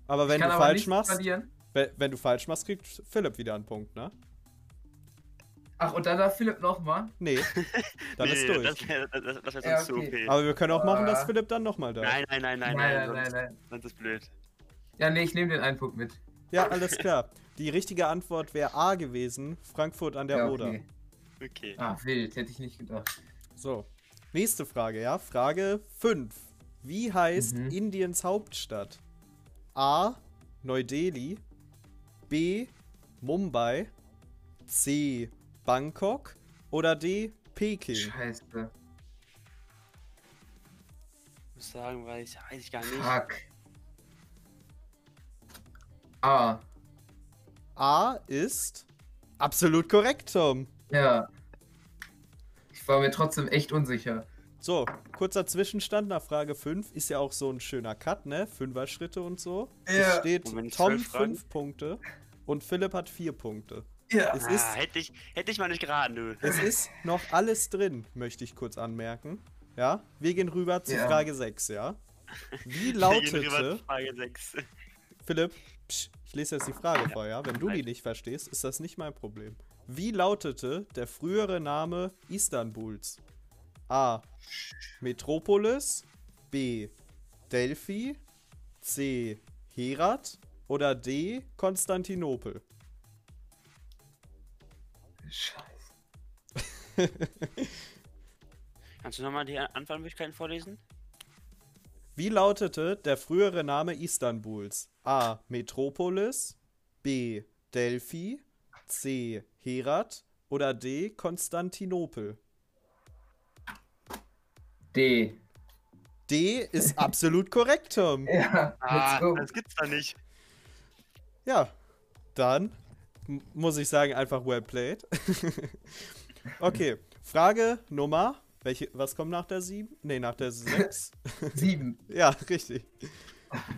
S1: Aber wenn
S2: ich
S1: du
S2: kann aber
S1: falsch
S2: nicht
S1: machst,
S2: verlieren.
S1: we- wenn du falsch machst, kriegt Philipp wieder einen Punkt, ne?
S2: Ach, und dann darf Philipp nochmal.
S1: Nee, dann
S3: Nee,
S1: ist
S3: nee,
S1: durch.
S3: Das wäre das, das wär
S2: Ja,
S3: sonst
S2: okay.
S3: zu OP.
S1: Aber wir können auch machen, dass
S2: Ah.
S1: Philipp dann nochmal da ist.
S3: Nein, nein, nein, nein, nein,
S2: Nein, nein,
S3: sonst,
S2: nein, nein.
S3: sonst ist blöd.
S2: Ja, nee, ich nehme den einen Punkt mit.
S1: Ja, alles klar. Die richtige Antwort wäre A gewesen, Frankfurt an der
S2: ja,
S1: Oder.
S2: okay.
S3: Okay.
S2: Ah, wild, hätte ich nicht gedacht.
S1: So, nächste Frage, ja. Frage 5. Wie heißt
S2: Mhm.
S1: Indiens Hauptstadt? A. Neu-Delhi. B. Mumbai. C. Bangkok. Oder D. Peking.
S2: Scheiße.
S3: Ich muss sagen, weil ich weiß ich gar nicht.
S2: Fuck. Ah,
S1: A ist absolut korrekt, Tom.
S2: ja. Ich war mir trotzdem echt unsicher.
S1: So, kurzer Zwischenstand nach Frage 5. Ist ja auch so ein schöner Cut, ne? Fünfer-Schritte und so. Es
S2: Ja.
S1: steht
S3: Moment,
S1: Tom
S3: zwölf Fragen.
S1: 5 Punkte und Philipp hat 4 Punkte.
S2: Ja.
S1: Es ist
S3: ah, hätte ich, hätte ich mal nicht geraten, du.
S1: Es ist noch alles drin, möchte ich kurz anmerken. Ja, wir gehen rüber zu
S2: Ja.
S1: Frage 6, ja? Wie
S3: Wir gehen rüber
S1: lautete,
S3: zu Frage 6.
S1: Philipp, psch, ich lese jetzt die Frage vor, ja? Wenn du die nicht verstehst, ist das nicht mein Problem. Wie lautete der frühere Name Istanbuls? A. Metropolis, B. Delphi, C. Herat oder D. Konstantinopel?
S2: Scheiße.
S3: Kannst du nochmal die Anfangsmöglichkeiten vorlesen?
S1: Wie lautete der frühere Name Istanbuls? A. Metropolis, B. Delphi, C. Herat oder D. Konstantinopel?
S2: D.
S1: D ist absolut korrekt, Tom.
S2: Ja,
S3: Ah,
S2: let's go.
S3: das gibt's da nicht.
S1: Ja, dann m- muss ich sagen, einfach well played. okay, Frage Nummer Welche, was kommt nach der 7? Nee, nach der 6?
S2: Sieben.
S1: ja, richtig.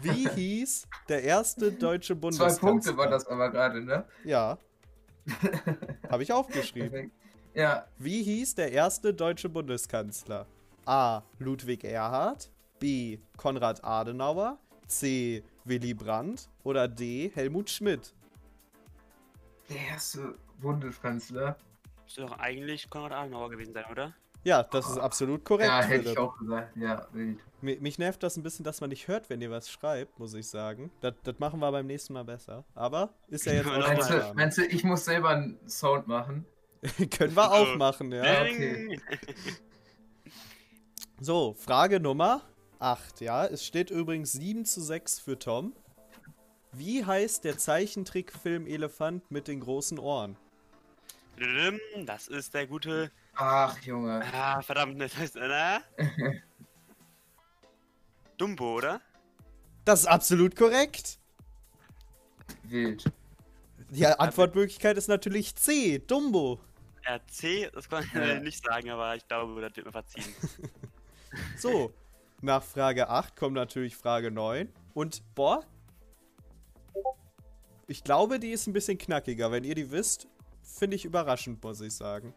S1: Wie hieß der erste deutsche
S2: Zwei
S1: Bundeskanzler?
S2: Punkte war das aber gerade, ne?
S1: Ja. Habe ich aufgeschrieben.
S2: Perfekt. Ja,
S1: Wie hieß der erste deutsche Bundeskanzler? A. Ludwig Erhard, B. Konrad Adenauer, C. Willy Brandt oder D. Helmut Schmidt?
S2: der erste Bundeskanzler.
S3: Müsste doch eigentlich Konrad Adenauer gewesen sein, oder?
S1: Ja, das ist absolut korrekt.
S2: ja, hätte
S1: Philipp.
S2: ich auch gesagt. Ja, wild.
S1: Mi- Mich nervt das ein bisschen, dass man nicht hört, wenn ihr was schreibt, muss ich sagen. Das, das machen wir beim nächsten Mal besser. Aber ist ja jetzt auch
S3: Meinst
S1: schon
S2: Meinst du,
S1: Abend.
S2: meinst du, ich muss selber einen Sound machen?
S1: Können
S2: Genau.
S1: wir auch machen, ja.
S2: okay.
S3: Ding!
S1: So, Frage Nummer 8, ja. Es steht übrigens 7 zu 6 für Tom. Wie heißt der Zeichentrickfilm Elefant mit den großen Ohren?
S3: Dudum, Das ist der gute.
S2: Ach, Junge.
S3: Ah, verdammt, das heißt. Na? Dumbo, oder?
S1: Das ist absolut korrekt.
S2: Wild.
S1: Die Antwortmöglichkeit ist natürlich C, Dumbo.
S3: RC, das kann ich
S2: Ja.
S3: nicht sagen, aber ich glaube, das wird mir verziehen.
S1: So, nach Frage 8 kommt natürlich Frage 9. Und, boah, ich glaube, die ist ein bisschen knackiger. Wenn ihr die wisst, finde ich überraschend, muss ich sagen.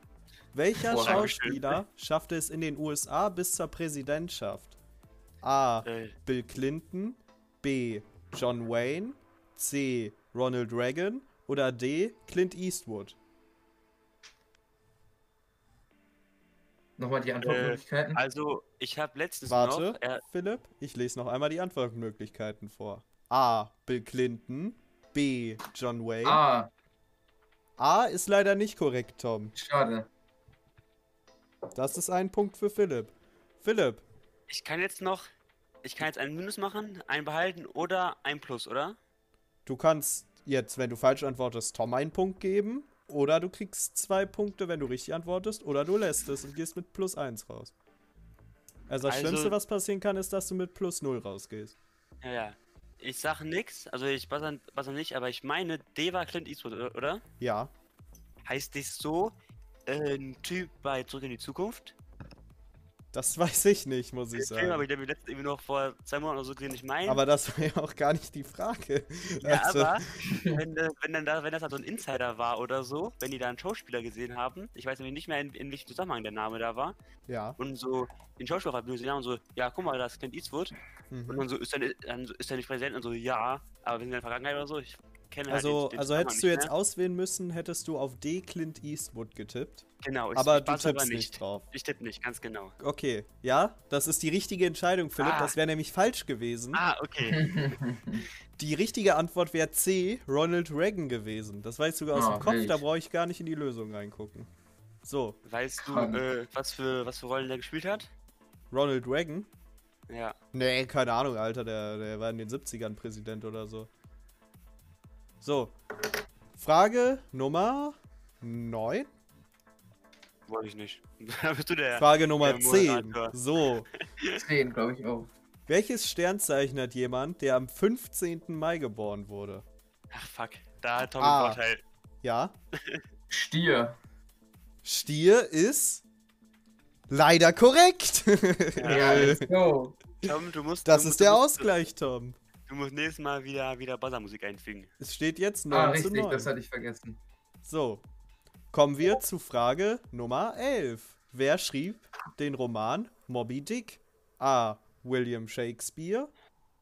S1: Welcher
S2: Boah,
S3: Dankeschön.
S1: Schauspieler schaffte es in den USA bis zur Präsidentschaft? A.
S3: Äh,
S1: Bill Clinton, B. John Wayne, C. Ronald Reagan oder D. Clint Eastwood?
S2: Nochmal die Antwortmöglichkeiten.
S3: also, ich habe letztens
S1: Warte,
S3: noch. Äh,
S1: Philipp, ich lese noch einmal die Antwortmöglichkeiten vor. A. Bill Clinton. B. John Wayne. A,
S2: ah,
S1: ist leider nicht korrekt, Tom.
S2: schade.
S1: Das ist ein Punkt für Philipp. Philipp,
S3: ich kann jetzt noch. Ich kann jetzt einen Minus machen, einen behalten oder ein Plus, oder?
S1: du kannst jetzt, wenn du falsch antwortest, Tom einen Punkt geben. Oder du kriegst zwei Punkte, wenn du richtig antwortest. Oder du lässt es und gehst mit plus eins raus. Also das
S3: Also-
S1: Schlimmste, was passieren kann, ist, dass du mit plus null rausgehst.
S3: Ja, ja. Ich sag nix, also ich buzzer, buzzer nicht, aber ich meine, D war Clint Eastwood, o- oder?
S1: Ja,
S3: Heißt dich so äh, ein Typ bei Zurück in die Zukunft?
S1: das weiß ich nicht, muss ich
S3: Den Film habe
S1: sagen.
S3: ich nämlich letztens irgendwie noch vor zwei Monaten oder so gesehen, ich meine.
S1: Aber das war ja auch gar nicht die Frage.
S3: ja,
S1: Also-
S3: aber wenn, äh, wenn, dann da, wenn das halt so ein Insider war oder so, wenn die da einen Schauspieler gesehen haben, ich weiß nämlich nicht mehr, in, in welchem Zusammenhang der Name da war,
S1: Ja.
S3: und so den Schauspieler auf der Bühne gesehen haben und so, ja, guck mal, das ist Clint Eastwood.
S1: Mhm.
S3: Und dann so, ist er dann so, ist der nicht präsent? Und so, ja, aber wir sind in der Vergangenheit oder so, ich kenne halt
S1: Also,
S3: den- den
S1: also
S3: Zusammenhang
S1: hättest du
S3: nicht
S1: jetzt
S3: mehr.
S1: auswählen müssen, hättest du auf D. Clint Eastwood getippt.
S3: Genau, ich,
S1: aber
S3: ich
S1: du
S3: weiß aber
S1: tippst nicht drauf.
S3: Ich tippe nicht, ganz genau.
S1: Okay, ja, das ist die richtige Entscheidung, Philipp.
S3: Ah.
S1: Das wäre nämlich falsch gewesen.
S3: Ah, okay.
S1: Die richtige Antwort wäre C. Ronald Reagan gewesen. Das weiß ich sogar aus
S2: Ah,
S1: dem Kopf,
S2: wild.
S1: da brauche ich gar nicht in die Lösung reingucken. So,
S3: Weißt du,
S2: Krank.
S3: äh, was, für, was für Rollen der gespielt hat?
S1: Ronald Reagan?
S3: Ja.
S1: Nee, keine Ahnung, Alter, der, der war in den 70ern Präsident oder so. So, Frage Nummer 9.
S3: Wollte ich nicht. Da bist du der.
S1: Frage Nummer
S3: der
S1: 10.
S3: Moderator.
S1: So,
S2: Zehn, glaube ich auch.
S1: Welches Sternzeichen hat jemand, der am 15. Mai geboren wurde?
S3: Ach, fuck. Da hat Tom
S1: Ah.
S3: einen Vorteil.
S1: Ja.
S2: Stier.
S1: Stier ist leider korrekt.
S3: Äh,
S2: Ja, let's go.
S3: Tom, du musst.
S1: das
S3: du
S1: ist
S3: musst,
S1: der
S3: du musst,
S1: Ausgleich, Tom.
S3: Du musst nächstes Mal wieder, wieder Buzzer-Musik einfügen.
S1: Es steht jetzt 9
S2: Ah,
S1: zu
S2: richtig,
S1: 9.
S2: das hatte ich vergessen.
S1: so, kommen wir zu Frage Nummer 11. Wer schrieb den Roman Moby Dick? A. William Shakespeare.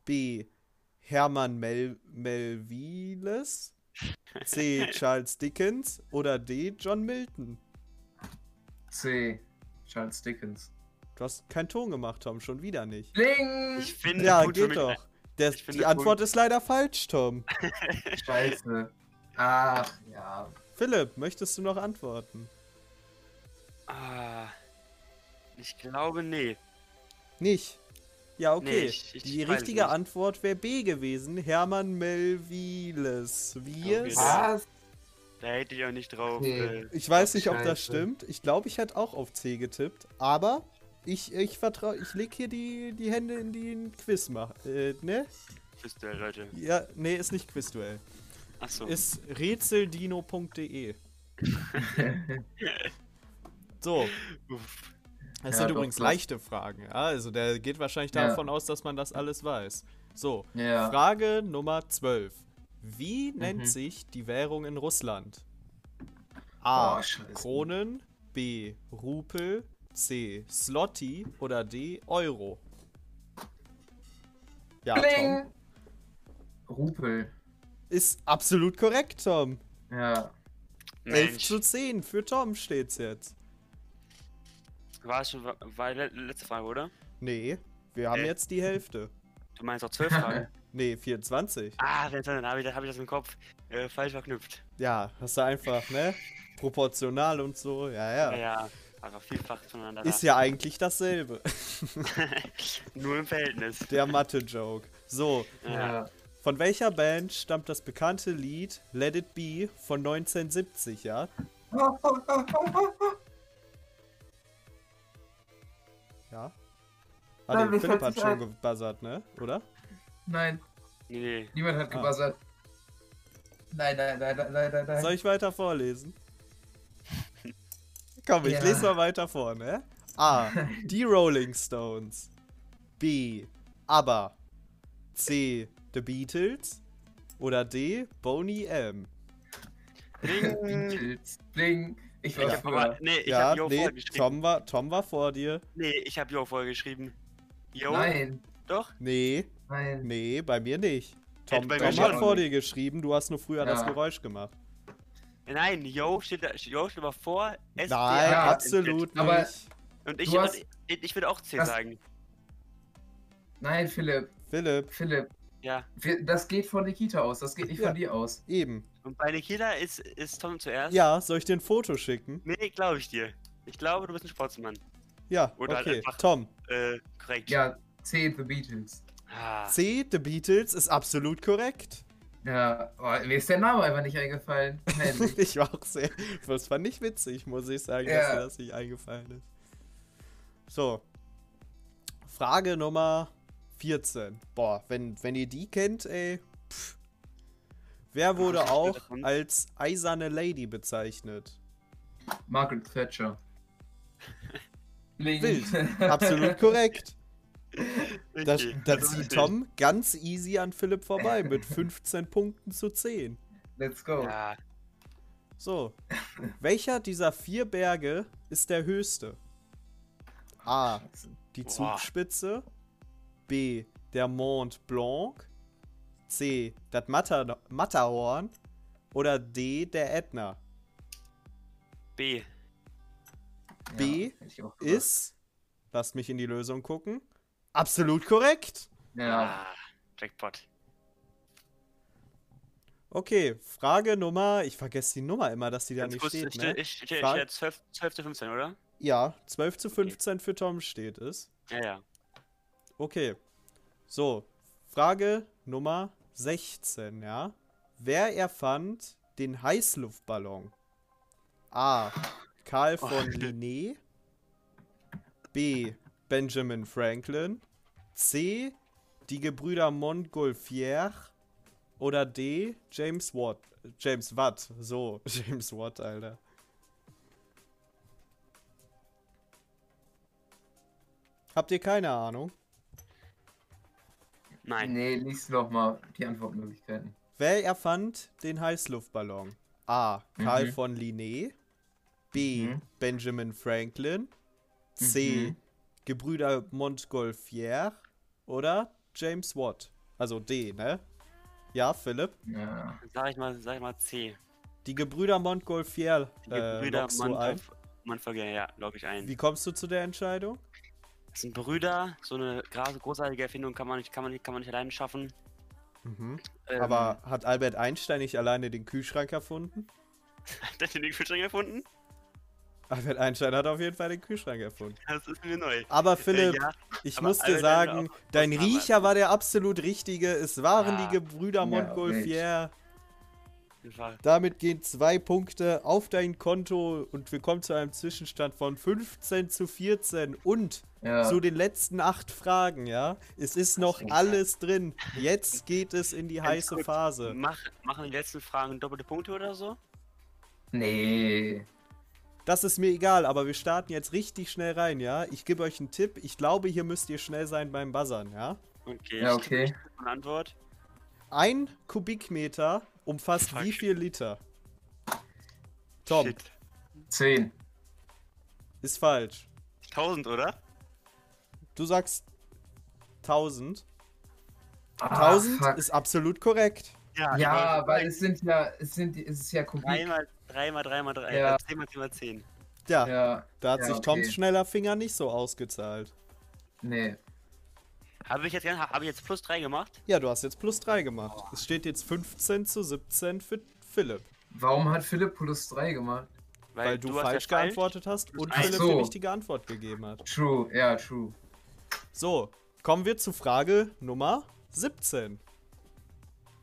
S1: B. Hermann Mel Melviles. C. Charles Dickens. Oder D. John Milton.
S2: C. Charles Dickens.
S1: Du hast keinen Ton gemacht, Tom, schon wieder nicht.
S2: Bling!
S3: Ich finde,
S1: Ja,
S3: gut für
S1: geht
S3: mich-
S1: doch. Der,
S3: Ich finde
S1: die
S3: Punkt.
S1: Antwort ist leider falsch, Tom.
S2: Scheiße. Ach, ja.
S1: Philipp, möchtest du noch antworten?
S3: Ah, ich glaube, nee.
S1: Nicht. Ja, okay.
S3: Nee, ich- ich
S1: die
S3: weiß
S1: richtige
S3: nicht.
S1: Antwort wäre B gewesen. Hermann Melviles. Wies.
S3: Okay.
S2: Was?
S3: Da hätte ich auch nicht drauf.
S2: Nee.
S3: Äh,
S1: Ich weiß nicht, ob das
S2: Scheiße.
S1: stimmt. Ich glaube, ich hätte auch auf C getippt. Aber ich, ich vertraue, ich leg hier die, die Hände in den Quiz. mach- Äh, ne?
S3: wisst ihr, Leute.
S1: Ja, nee, ist nicht Quizduell.
S3: Achso.
S1: ist rätseldino.de. so,
S3: Uff.
S1: Es
S2: Ja,
S1: sind
S2: doch,
S1: übrigens
S2: das-
S1: leichte Fragen. Ja? Also der geht wahrscheinlich
S2: Ja.
S1: davon aus, dass man das alles weiß. So,
S2: Ja.
S1: Frage Nummer 12. Wie nennt
S2: Mhm.
S1: sich die Währung in Russland? A.
S2: Oh, scheiße.
S1: Kronen, B. Rupel, C. Slotty oder D. Euro? Ja, Tom.
S2: Bling! Rupel.
S1: Ist absolut korrekt, Tom.
S2: Ja.
S1: 11
S3: Mensch,
S1: zu 10 für Tom steht's jetzt.
S3: war schon war, war le- letzte Frage, oder?
S1: Nee, wir haben
S3: Äh.
S1: jetzt die Hälfte.
S3: Du meinst auch zwölf Fragen.
S1: Nee, 24.
S3: ah, dann, dann habe ich, hab ich das im Kopf äh, falsch verknüpft.
S1: Ja, hast du einfach, ne? Proportional und so, ja,
S3: Ja,
S1: ja.
S3: ja einfach vielfach voneinander.
S1: Ist ja eigentlich dasselbe.
S3: Nur im Verhältnis.
S1: Der Mathe-Joke. So,
S2: Ja.
S1: von welcher Band stammt das bekannte Lied Let It Be von 1970, ja? Ja. Ah,
S2: Nein,
S1: nee,
S2: mir
S1: Philipp
S2: fällt
S1: hat
S2: nicht
S1: schon
S2: ein.
S1: gebuzzert, ne? Oder?
S2: Nein,
S3: Nee, nee.
S2: niemand hat
S1: Ah.
S2: gebuzzert. Nein, nein, nein, nein, nein, nein, nein.
S1: Soll ich weiter vorlesen? Komm, ich
S2: Ja.
S1: lese mal weiter vor, ne? A. Die Rolling Stones. B. ABBA. C. The Beatles. Oder D. Boney M.
S3: Ding.
S2: Beatles. Bling. Ich war
S3: Ich hab aber,
S2: früher.
S3: nee, ich
S1: ja,
S3: hab Yo
S1: nee,
S3: vorgeschrieben.
S1: Tom war, Tom war vor dir.
S3: Nee, ich hab Yo vorgeschrieben. Yo?
S2: Nein,
S3: Doch?
S1: Nee,
S2: nein.
S1: nee, bei mir nicht. Tom,
S3: Hätte bei
S1: Tom
S2: mir
S1: hat
S2: schon.
S1: vor dir geschrieben, du hast nur früher das
S2: Ja.
S1: Geräusch gemacht.
S3: Nein, Yo steht, da- Yo steht aber vor S, D,
S1: Nein,
S3: A,
S1: absolut
S2: Aber-
S1: nicht.
S3: Z. Und ich,
S2: Du hast-
S3: und ich, ich würde auch 10
S2: Das-
S3: sagen.
S2: Nein, Philipp.
S1: Philipp,
S2: Philipp.
S3: Ja.
S2: Wir, das geht von Nikita aus. Das geht nicht
S1: Ja.
S2: von dir aus.
S1: eben.
S3: Und bei Nikita ist, ist Tom zuerst.
S1: Ja, soll ich dir ein Foto schicken?
S3: Nee, glaube ich dir. Ich glaube, du bist ein Sportsmann.
S1: Ja,
S3: Oder halt
S1: okay.
S3: einfach-
S1: Tom,
S3: Äh, korrekt.
S2: Ja, C, The Beatles.
S3: Ah.
S1: C, The Beatles ist absolut korrekt.
S2: Ja, oh, mir ist der Name einfach nicht eingefallen. Mensch.
S1: Ich war auch sehr. Das fand ich witzig, muss ich sagen, dass
S2: Ja.
S1: mir das nicht eingefallen ist. So. Frage Nummer 14. Boah, wenn, wenn ihr die kennt, ey. Pff. Wer wurde
S3: Ach,
S1: auch
S3: davon.
S1: als eiserne Lady bezeichnet?
S2: Margaret Thatcher. Bling.
S1: Wild. Absolut korrekt. Da,
S3: richtig.
S1: da
S3: Das ist
S1: zieht
S3: richtig.
S1: Tom ganz easy an Philipp vorbei mit 15 Punkten zu 10.
S2: Let's go.
S3: Ja.
S1: So. Welcher dieser vier Berge ist der höchste? A. Die
S3: Boah.
S1: Zugspitze. B. Der Mont Blanc. C. Das Matter Matterhorn. Oder D. Der Ätna.
S3: B.
S1: B
S2: hätte ich auch gemacht.
S1: Ist, lasst mich in die Lösung gucken, absolut korrekt.
S2: Ja.
S3: Ah, Jackpot.
S1: Okay, Frage Nummer, ich vergesse die Nummer immer, dass die da
S3: Ganz
S1: nicht
S3: kurz,
S1: steht,
S3: ich,
S1: ne?
S3: ich, ich, ich,
S1: Frage-
S3: 12, 12 zu 15, oder?
S1: Ja, 12 zu 15 für Tom steht es.
S3: Ja, ja.
S1: Okay. So, Frage Nummer 16, ja. Wer erfand den Heißluftballon? A. Karl von Linné. B. Benjamin Franklin. C. Die Gebrüder Montgolfier. Oder D. James Watt. James Watt. So, James Watt, Alter. Habt ihr keine Ahnung?
S3: Nein.
S2: Nee, lies doch mal die Antwortmöglichkeiten.
S1: Wer erfand den Heißluftballon? A. Karl
S2: Mhm.
S1: von Linné. B.
S2: Mhm.
S1: Benjamin Franklin. C.
S2: Mhm.
S1: Gebrüder Montgolfier. Oder James Watt. Also D, ne? Ja, Philipp.
S2: Ja.
S3: Sag ich mal, sag ich mal C.
S1: Die Gebrüder Montgolfier.
S3: Die
S1: Äh,
S3: Brüder
S1: lockst du ein.
S3: Manfolger, ja, log ich ein.
S1: Wie kommst du zu der Entscheidung?
S3: Das sind Brüder, so eine gra- großartige Erfindung kann man nicht, kann man nicht, kann man nicht alleine schaffen.
S2: Mhm.
S3: Ähm,
S1: Aber hat Albert Einstein nicht alleine den Kühlschrank erfunden?
S3: Hat er den Kühlschrank erfunden?
S1: Albert Einstein hat auf jeden Fall den Kühlschrank erfunden.
S3: Das ist mir neu.
S1: Aber Philipp,
S3: äh, ja,
S1: Ich
S3: Aber
S1: muss dir
S3: alle deine
S1: sagen,
S3: Auffassungen
S1: dein
S3: haben
S1: Riecher war der absolut richtige. Es waren
S3: Ah.
S1: die Gebrüder
S2: Ja,
S1: Montgolfier.
S3: einfach.
S1: Damit gehen zwei Punkte auf dein Konto und wir kommen zu einem Zwischenstand von 15 zu 14 und
S2: Ja.
S1: zu den letzten acht Fragen, ja? Es ist noch
S3: klingt
S1: alles drin. Jetzt geht es in die
S3: Ganz
S1: heiße
S3: kurz,
S1: Phase.
S3: Mach, machen die letzten Fragen doppelte Punkte oder so?
S2: Nee.
S1: Das ist mir egal, aber wir starten jetzt richtig schnell rein, ja? Ich gebe euch einen Tipp. Ich glaube, hier müsst ihr schnell sein beim Buzzern, ja?
S3: Okay,
S2: Ja,
S3: ich tippe
S2: okay.
S3: eine Antwort.
S1: Ein Kubikmeter umfasst
S3: Fuck.
S1: wie viel Liter? Tom,
S3: Shit.
S2: 10.
S1: ist falsch.
S3: 1000, oder?
S1: Du sagst 1000.
S2: Ah,
S1: 1000
S2: fuck.
S1: ist absolut korrekt.
S2: ja, weil es sind ja, es sind, es ist ja Kubik.
S3: 3 mal 3 mal äh, 3,
S2: Ja.
S3: 10 mal 10 mal 10.
S1: Ja,
S2: Ja,
S1: da hat
S2: ja,
S1: sich
S2: okay.
S1: Toms schneller Finger nicht so ausgezahlt.
S2: nee.
S3: Habe ich jetzt, gern- hab ich jetzt plus 3 gemacht?
S1: Ja, du hast jetzt plus 3 gemacht. Es steht jetzt 15 zu 17 für Philipp,
S2: Warum hat Philipp plus 3 gemacht?
S1: weil, du,
S3: hast
S1: falsch
S3: ja
S1: geantwortet hast und
S3: Ach
S1: Philipp
S2: so.
S1: die richtige Antwort gegeben hat.
S2: True, ja, true.
S1: So, kommen wir zu Frage Nummer 17.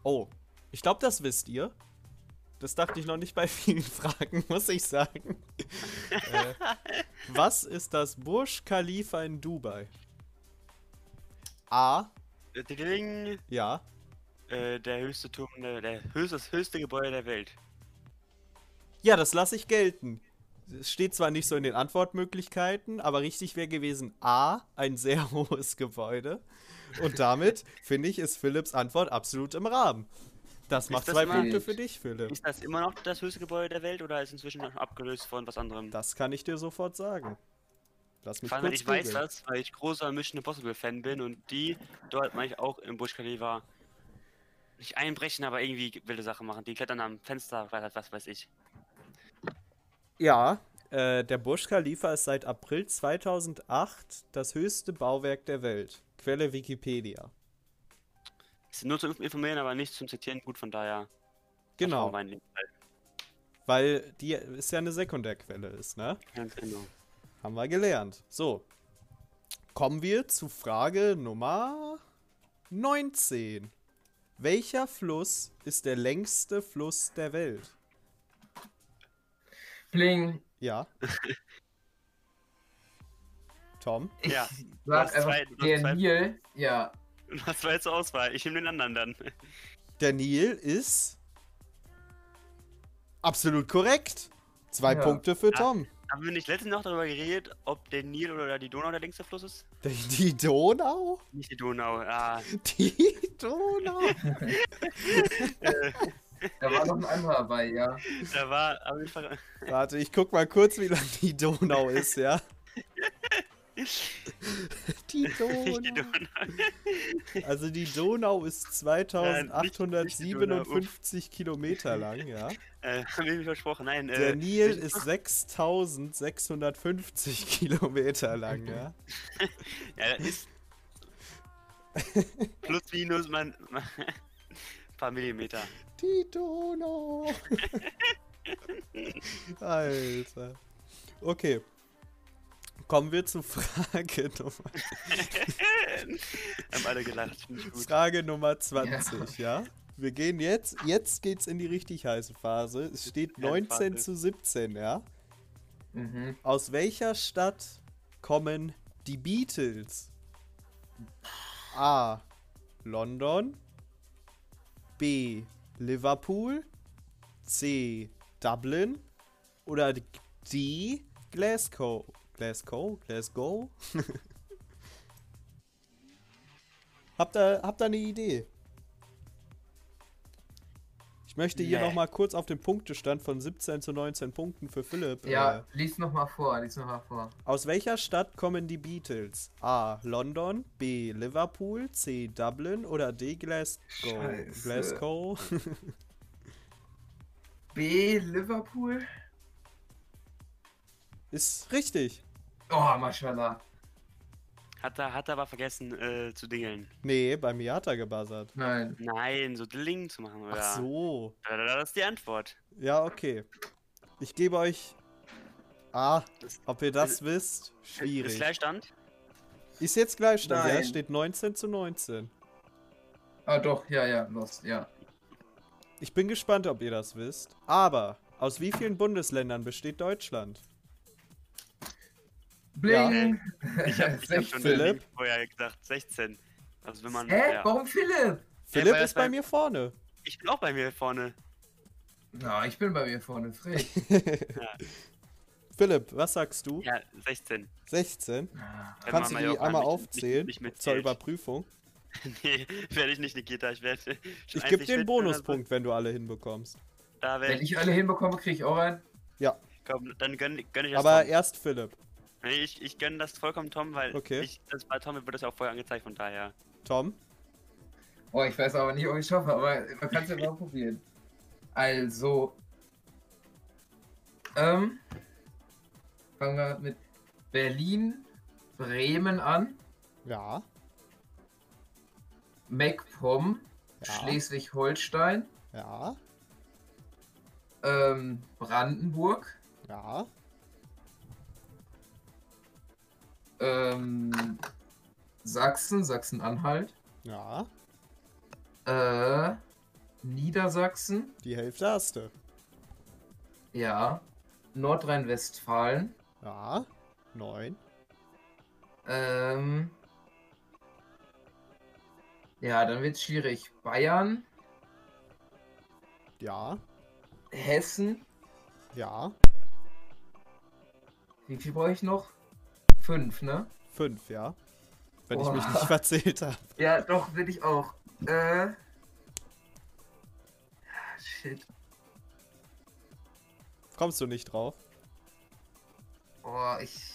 S1: Oh, ich glaube, das wisst ihr. Das dachte ich noch nicht bei vielen Fragen, muss ich sagen. äh, was ist das Burj Khalifa in Dubai? A,
S3: Äh, Ding,
S1: ja.
S3: äh, der höchste Turm, der, der höchste, das höchste Gebäude der Welt.
S1: Ja, das lasse ich gelten. Es steht zwar nicht so in den Antwortmöglichkeiten, aber richtig wäre gewesen A, ein sehr hohes Gebäude. Und damit, finde ich, ist Philipps Antwort absolut im Rahmen. Das macht
S3: das
S1: zwei
S3: mal-
S1: Punkte für dich, Philipp.
S3: Ist das immer noch das höchste Gebäude der Welt oder ist inzwischen abgelöst von was anderem?
S1: Das kann ich dir sofort sagen. Lass mich
S3: Vor allem, weil
S1: kurz
S3: ich weiß
S1: googeln.
S3: das, weil ich großer Mission Impossible Fan bin und die dort manchmal auch im Busch Khalifa nicht einbrechen, aber irgendwie wilde Sachen machen. Die klettern am Fenster, was, was weiß ich.
S1: Ja, äh, der Burj Khalifa ist seit April 2008 das höchste Bauwerk der Welt. Quelle Wikipedia.
S3: oh Ist nur zum Informieren, aber nicht zum Zitieren gut, von daher.
S1: Genau,
S3: Vertrauen Mein Leben.
S1: weil die ist ja eine Sekundärquelle ist, ne?
S3: Ganz genau.
S1: Haben wir gelernt. So. Kommen wir zu Frage Nummer 19. Welcher Fluss ist der längste Fluss der Welt?
S2: Bling.
S1: Ja. Tom?
S2: Ich
S3: Ja, du hast
S2: sag einfach
S3: zwei- du hast zwei-
S2: der Nil. Ja,
S3: Und das war jetzt zur Auswahl. Ich nehme den anderen dann.
S1: Der Nil ist absolut korrekt. Zwei
S2: Ja.
S1: Punkte für
S3: Ja.
S1: Tom.
S3: Haben wir nicht letztens noch darüber geredet, ob der Nil oder die Donau der längste Fluss ist?
S1: Die- Die Donau?
S3: Nicht die Donau, ah.
S1: Die Donau?
S2: da war noch ein anderer bei, ja.
S3: Da war auf jeden Fall.
S1: Warte, ich guck mal kurz, wie lang die Donau ist, ja? Die
S3: Nicht die
S1: Donau.
S3: Donau.
S1: Also die Donau ist 2857 Kilometer lang, ja.
S3: Äh, haben wir nicht versprochen, nein.
S1: Der
S3: äh,
S1: Nil ist 6650 Kilometer lang, ja.
S3: Ja, das ist. Plus, minus, man. man paar Millimeter.
S1: Die Donau. Alter. Okay. Kommen wir zu Frage Nummer,
S3: Haben alle gelacht, finde ich gut.
S1: Frage Nummer 20, ja. Wir gehen jetzt, jetzt geht's in die richtig heiße Phase. Es steht
S3: die heiße
S1: 19
S3: Phase.
S1: zu 17, ja.
S2: Mhm.
S1: Aus welcher Stadt kommen die Beatles? A. London. B. Liverpool. C. Dublin. Oder D. Glasgow. Glasgow? Glasgow? habt, ihr, habt ihr eine Idee? Ich möchte hier
S3: Nee.
S1: nochmal kurz auf den Punktestand von 17 zu 19 Punkten für Philipp äh,
S2: Ja, lies nochmal vor, lies nochmal vor.
S1: aus welcher Stadt kommen die Beatles? A. London, B. Liverpool, C. Dublin oder D. Glasgow?
S2: Scheiße.
S1: Glasgow?
S2: B, Liverpool.
S1: Ist richtig.
S2: Oh, Maschallah.
S3: Hat er, hat er aber vergessen äh, zu dingeln.
S1: Nee, bei mir hat er gebuzzert.
S2: Nein.
S3: Nein, so Dling zu machen, oder?
S1: Ach so.
S3: Da- da- da- Das ist die Antwort.
S1: Ja, okay. Ich gebe euch. Ah, ob ihr das wisst?
S3: Ist
S1: Schwierig.
S3: Gleichstand?
S1: Ist jetzt Gleichstand, ja?
S2: Nein.
S1: Steht 19 zu 19.
S2: Ah, doch, ja, ja, Lost, ja.
S1: Ich bin gespannt, ob ihr das wisst. Aber, aus wie vielen Bundesländern besteht Deutschland?
S2: Bling.
S3: Äh, Ich habe hab schon
S2: 16.
S1: Philipp?
S3: vorher gesagt, 16. Also wenn man.
S2: Hä?
S3: ja.
S2: Warum Philipp?
S1: Philipp
S3: weil halt das
S1: ist bei
S3: bei-
S1: mir vorne.
S3: Ich bin auch bei mir vorne.
S2: Na, ich bin bei mir vorne frech.
S1: Philipp, was sagst du?
S3: Ja, 16.
S1: 16.
S2: Ah,
S3: Wenn
S1: Kannst du
S3: Mama
S1: die
S3: Joko
S1: einmal
S3: nicht-
S1: aufzählen
S3: nicht- nicht
S1: zur
S3: mitzählt.
S1: Überprüfung?
S3: nee, werde ich nicht, Nikita. Ich werde.
S1: Ich gebe dir einen Bonuspunkt, wenn du alle hinbekommst.
S3: Da
S2: Wenn
S3: werde ich.
S2: ich alle hinbekomme, kriege ich auch einen.
S3: Komm, dann gönn, gönn ich das.
S1: Aber
S3: Tom.
S1: erst Philipp.
S3: Nee, ich, ich gönne das vollkommen Tom, weil
S1: Okay.
S3: ich, das bei Tom wird das ja auch vorher angezeigt, von daher.
S1: Tom?
S2: Oh, ich weiß aber nicht, ob ich es schaffe, aber man kann es ja mal probieren. Also. Ähm. Fangen wir mit Berlin, Bremen an,
S1: Ja.
S2: MacPom,
S1: Ja.
S2: Schleswig-Holstein,
S1: Ja.
S2: ähm, Brandenburg,
S1: Ja.
S2: ähm, Sachsen, Sachsen-Anhalt,
S1: Ja.
S2: äh, Niedersachsen,
S1: Die Hälfte hast du.
S2: ja, Nordrhein-Westfalen,
S1: Ja. Neun.
S2: Ähm. Ja, dann wird's schwierig. Bayern,
S1: Ja.
S2: Hessen,
S1: Ja.
S2: wie viel brauche ich noch? Fünf, ne?
S1: Fünf, ja. Wenn
S2: Boah.
S1: ich mich nicht verzählt habe.
S2: Ja, doch, will ich auch. Äh. ah, Shit.
S1: Kommst du nicht drauf?
S2: Oh, ich.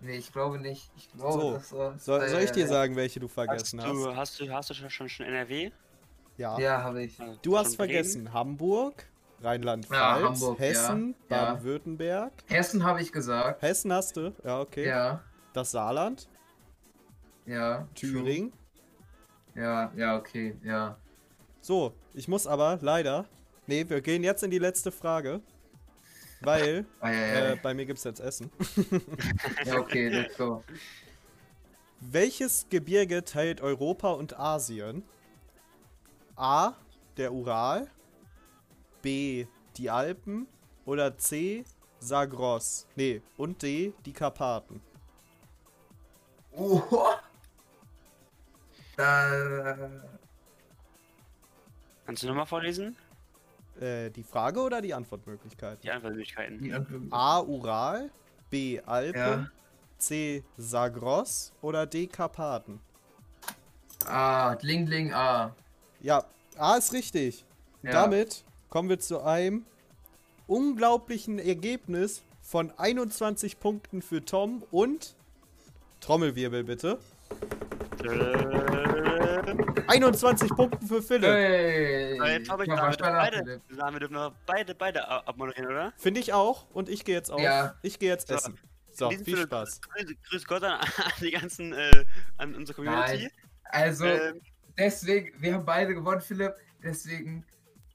S2: Nee, ich glaube nicht. Ich glaube,
S1: So,
S2: das war.
S1: Soll, soll ich dir
S2: Äh,
S1: sagen, welche du vergessen
S3: hast,
S1: hast?
S3: du, hast du hast du schon, schon NRW?
S1: Ja.
S2: Ja, habe ich.
S3: Äh,
S1: Du hast
S3: schon Bremen?
S1: vergessen Hamburg,
S2: Ja,
S1: Rheinland-Pfalz,
S2: Hamburg, ja.
S1: Hessen,
S2: Ja.
S1: Baden-Württemberg.
S2: Hessen habe ich gesagt.
S1: Hessen hast du, ja, okay.
S2: Ja,
S1: Das Saarland,
S2: ja. true.
S1: Thüringen.
S2: Ja, ja, okay, ja.
S1: So, ich muss aber leider. Nee, wir gehen jetzt in die letzte Frage. Weil
S2: Ah, ja, ja.
S1: äh, bei mir gibt's jetzt Essen.
S2: ja, okay, let's go.
S1: Welches Gebirge teilt Europa und Asien? A. Der Ural. B. Die Alpen. Oder C. Zagros. Nee, und D. Die Karpaten.
S2: Oho. Da, äh,
S3: Kannst du nochmal vorlesen?
S1: Äh, die Frage oder die Antwortmöglichkeiten?
S3: Die Antwortmöglichkeiten.
S2: die Antwort.
S1: A. Ural. B. Alpen.
S2: Ja.
S1: C. Zagros. Oder D. Karpaten.
S2: Ah, Dling Dling A.
S1: Ja, A ist richtig.
S2: Ja.
S1: Damit kommen wir zu einem unglaublichen Ergebnis von 21 Punkten für Tom und Trommelwirbel bitte.
S3: Äh,
S1: 21 Punkten für Philipp.
S2: Hey,
S3: jetzt hab ich
S2: mach
S3: damit
S2: mal ab,
S3: beide,
S2: Philipp.
S3: damit dürfen wir beide, beide ab- abmoderieren, oder?
S1: Finde ich auch und ich gehe jetzt auf.
S2: Ja.
S1: Ich gehe jetzt
S3: So.
S1: essen. So,
S3: Diesen
S1: viel
S3: Philipp-
S1: Spaß.
S3: Grüß, grüß Gott an, an die ganzen, äh, an unsere Community.
S2: Also,
S3: Ähm,
S2: deswegen, wir haben beide gewonnen, Philipp. Deswegen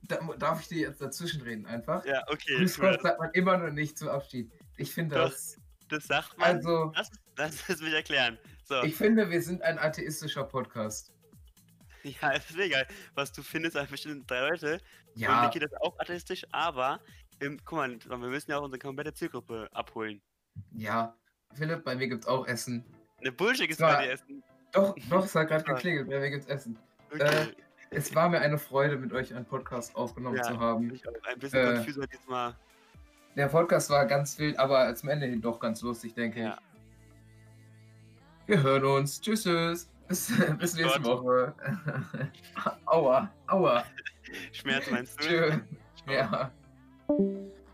S2: da, darf ich dir jetzt dazwischen reden einfach.
S3: ja, okay.
S2: Grüß
S3: cool.
S2: Gott sagt man immer noch nicht zum Abschied. Ich finde
S3: Doch.
S2: das.
S3: Das sagt man.
S2: Also,
S3: das, das ist mich erklären. So,
S2: ich finde, wir sind ein atheistischer Podcast.
S3: ja, ist mir egal. Was du findest, haben bestimmt drei Leute. Und
S2: Ja,
S3: Niki das ist auch atheistisch, aber ähm, guck mal, wir müssen ja auch unsere komplette Zielgruppe abholen.
S2: ja. Philipp, bei mir gibt's auch Essen.
S3: Eine Bullshit ist
S2: Ja.
S3: bei dir essen.
S2: Doch, doch, es hat gerade
S3: Ja.
S2: geklingelt. Bei mir gibt's Essen. Äh.
S3: Okay.
S2: Es war mir eine Freude, mit euch einen Podcast aufgenommen
S3: Ja.
S2: zu haben.
S3: ich bin ein bisschen
S2: äh,
S3: confuser diesmal.
S2: Der Podcast war ganz wild, aber zum Ende hin doch ganz lustig, denke
S3: Ja.
S2: ich. Wir hören uns. Tschüss, tschüss. Bis, bis nächste
S3: Gott.
S2: Woche. aua, aua.
S3: Schmerz meinst du?
S2: Tschö.
S3: Ciao.
S2: Ja.
S4: I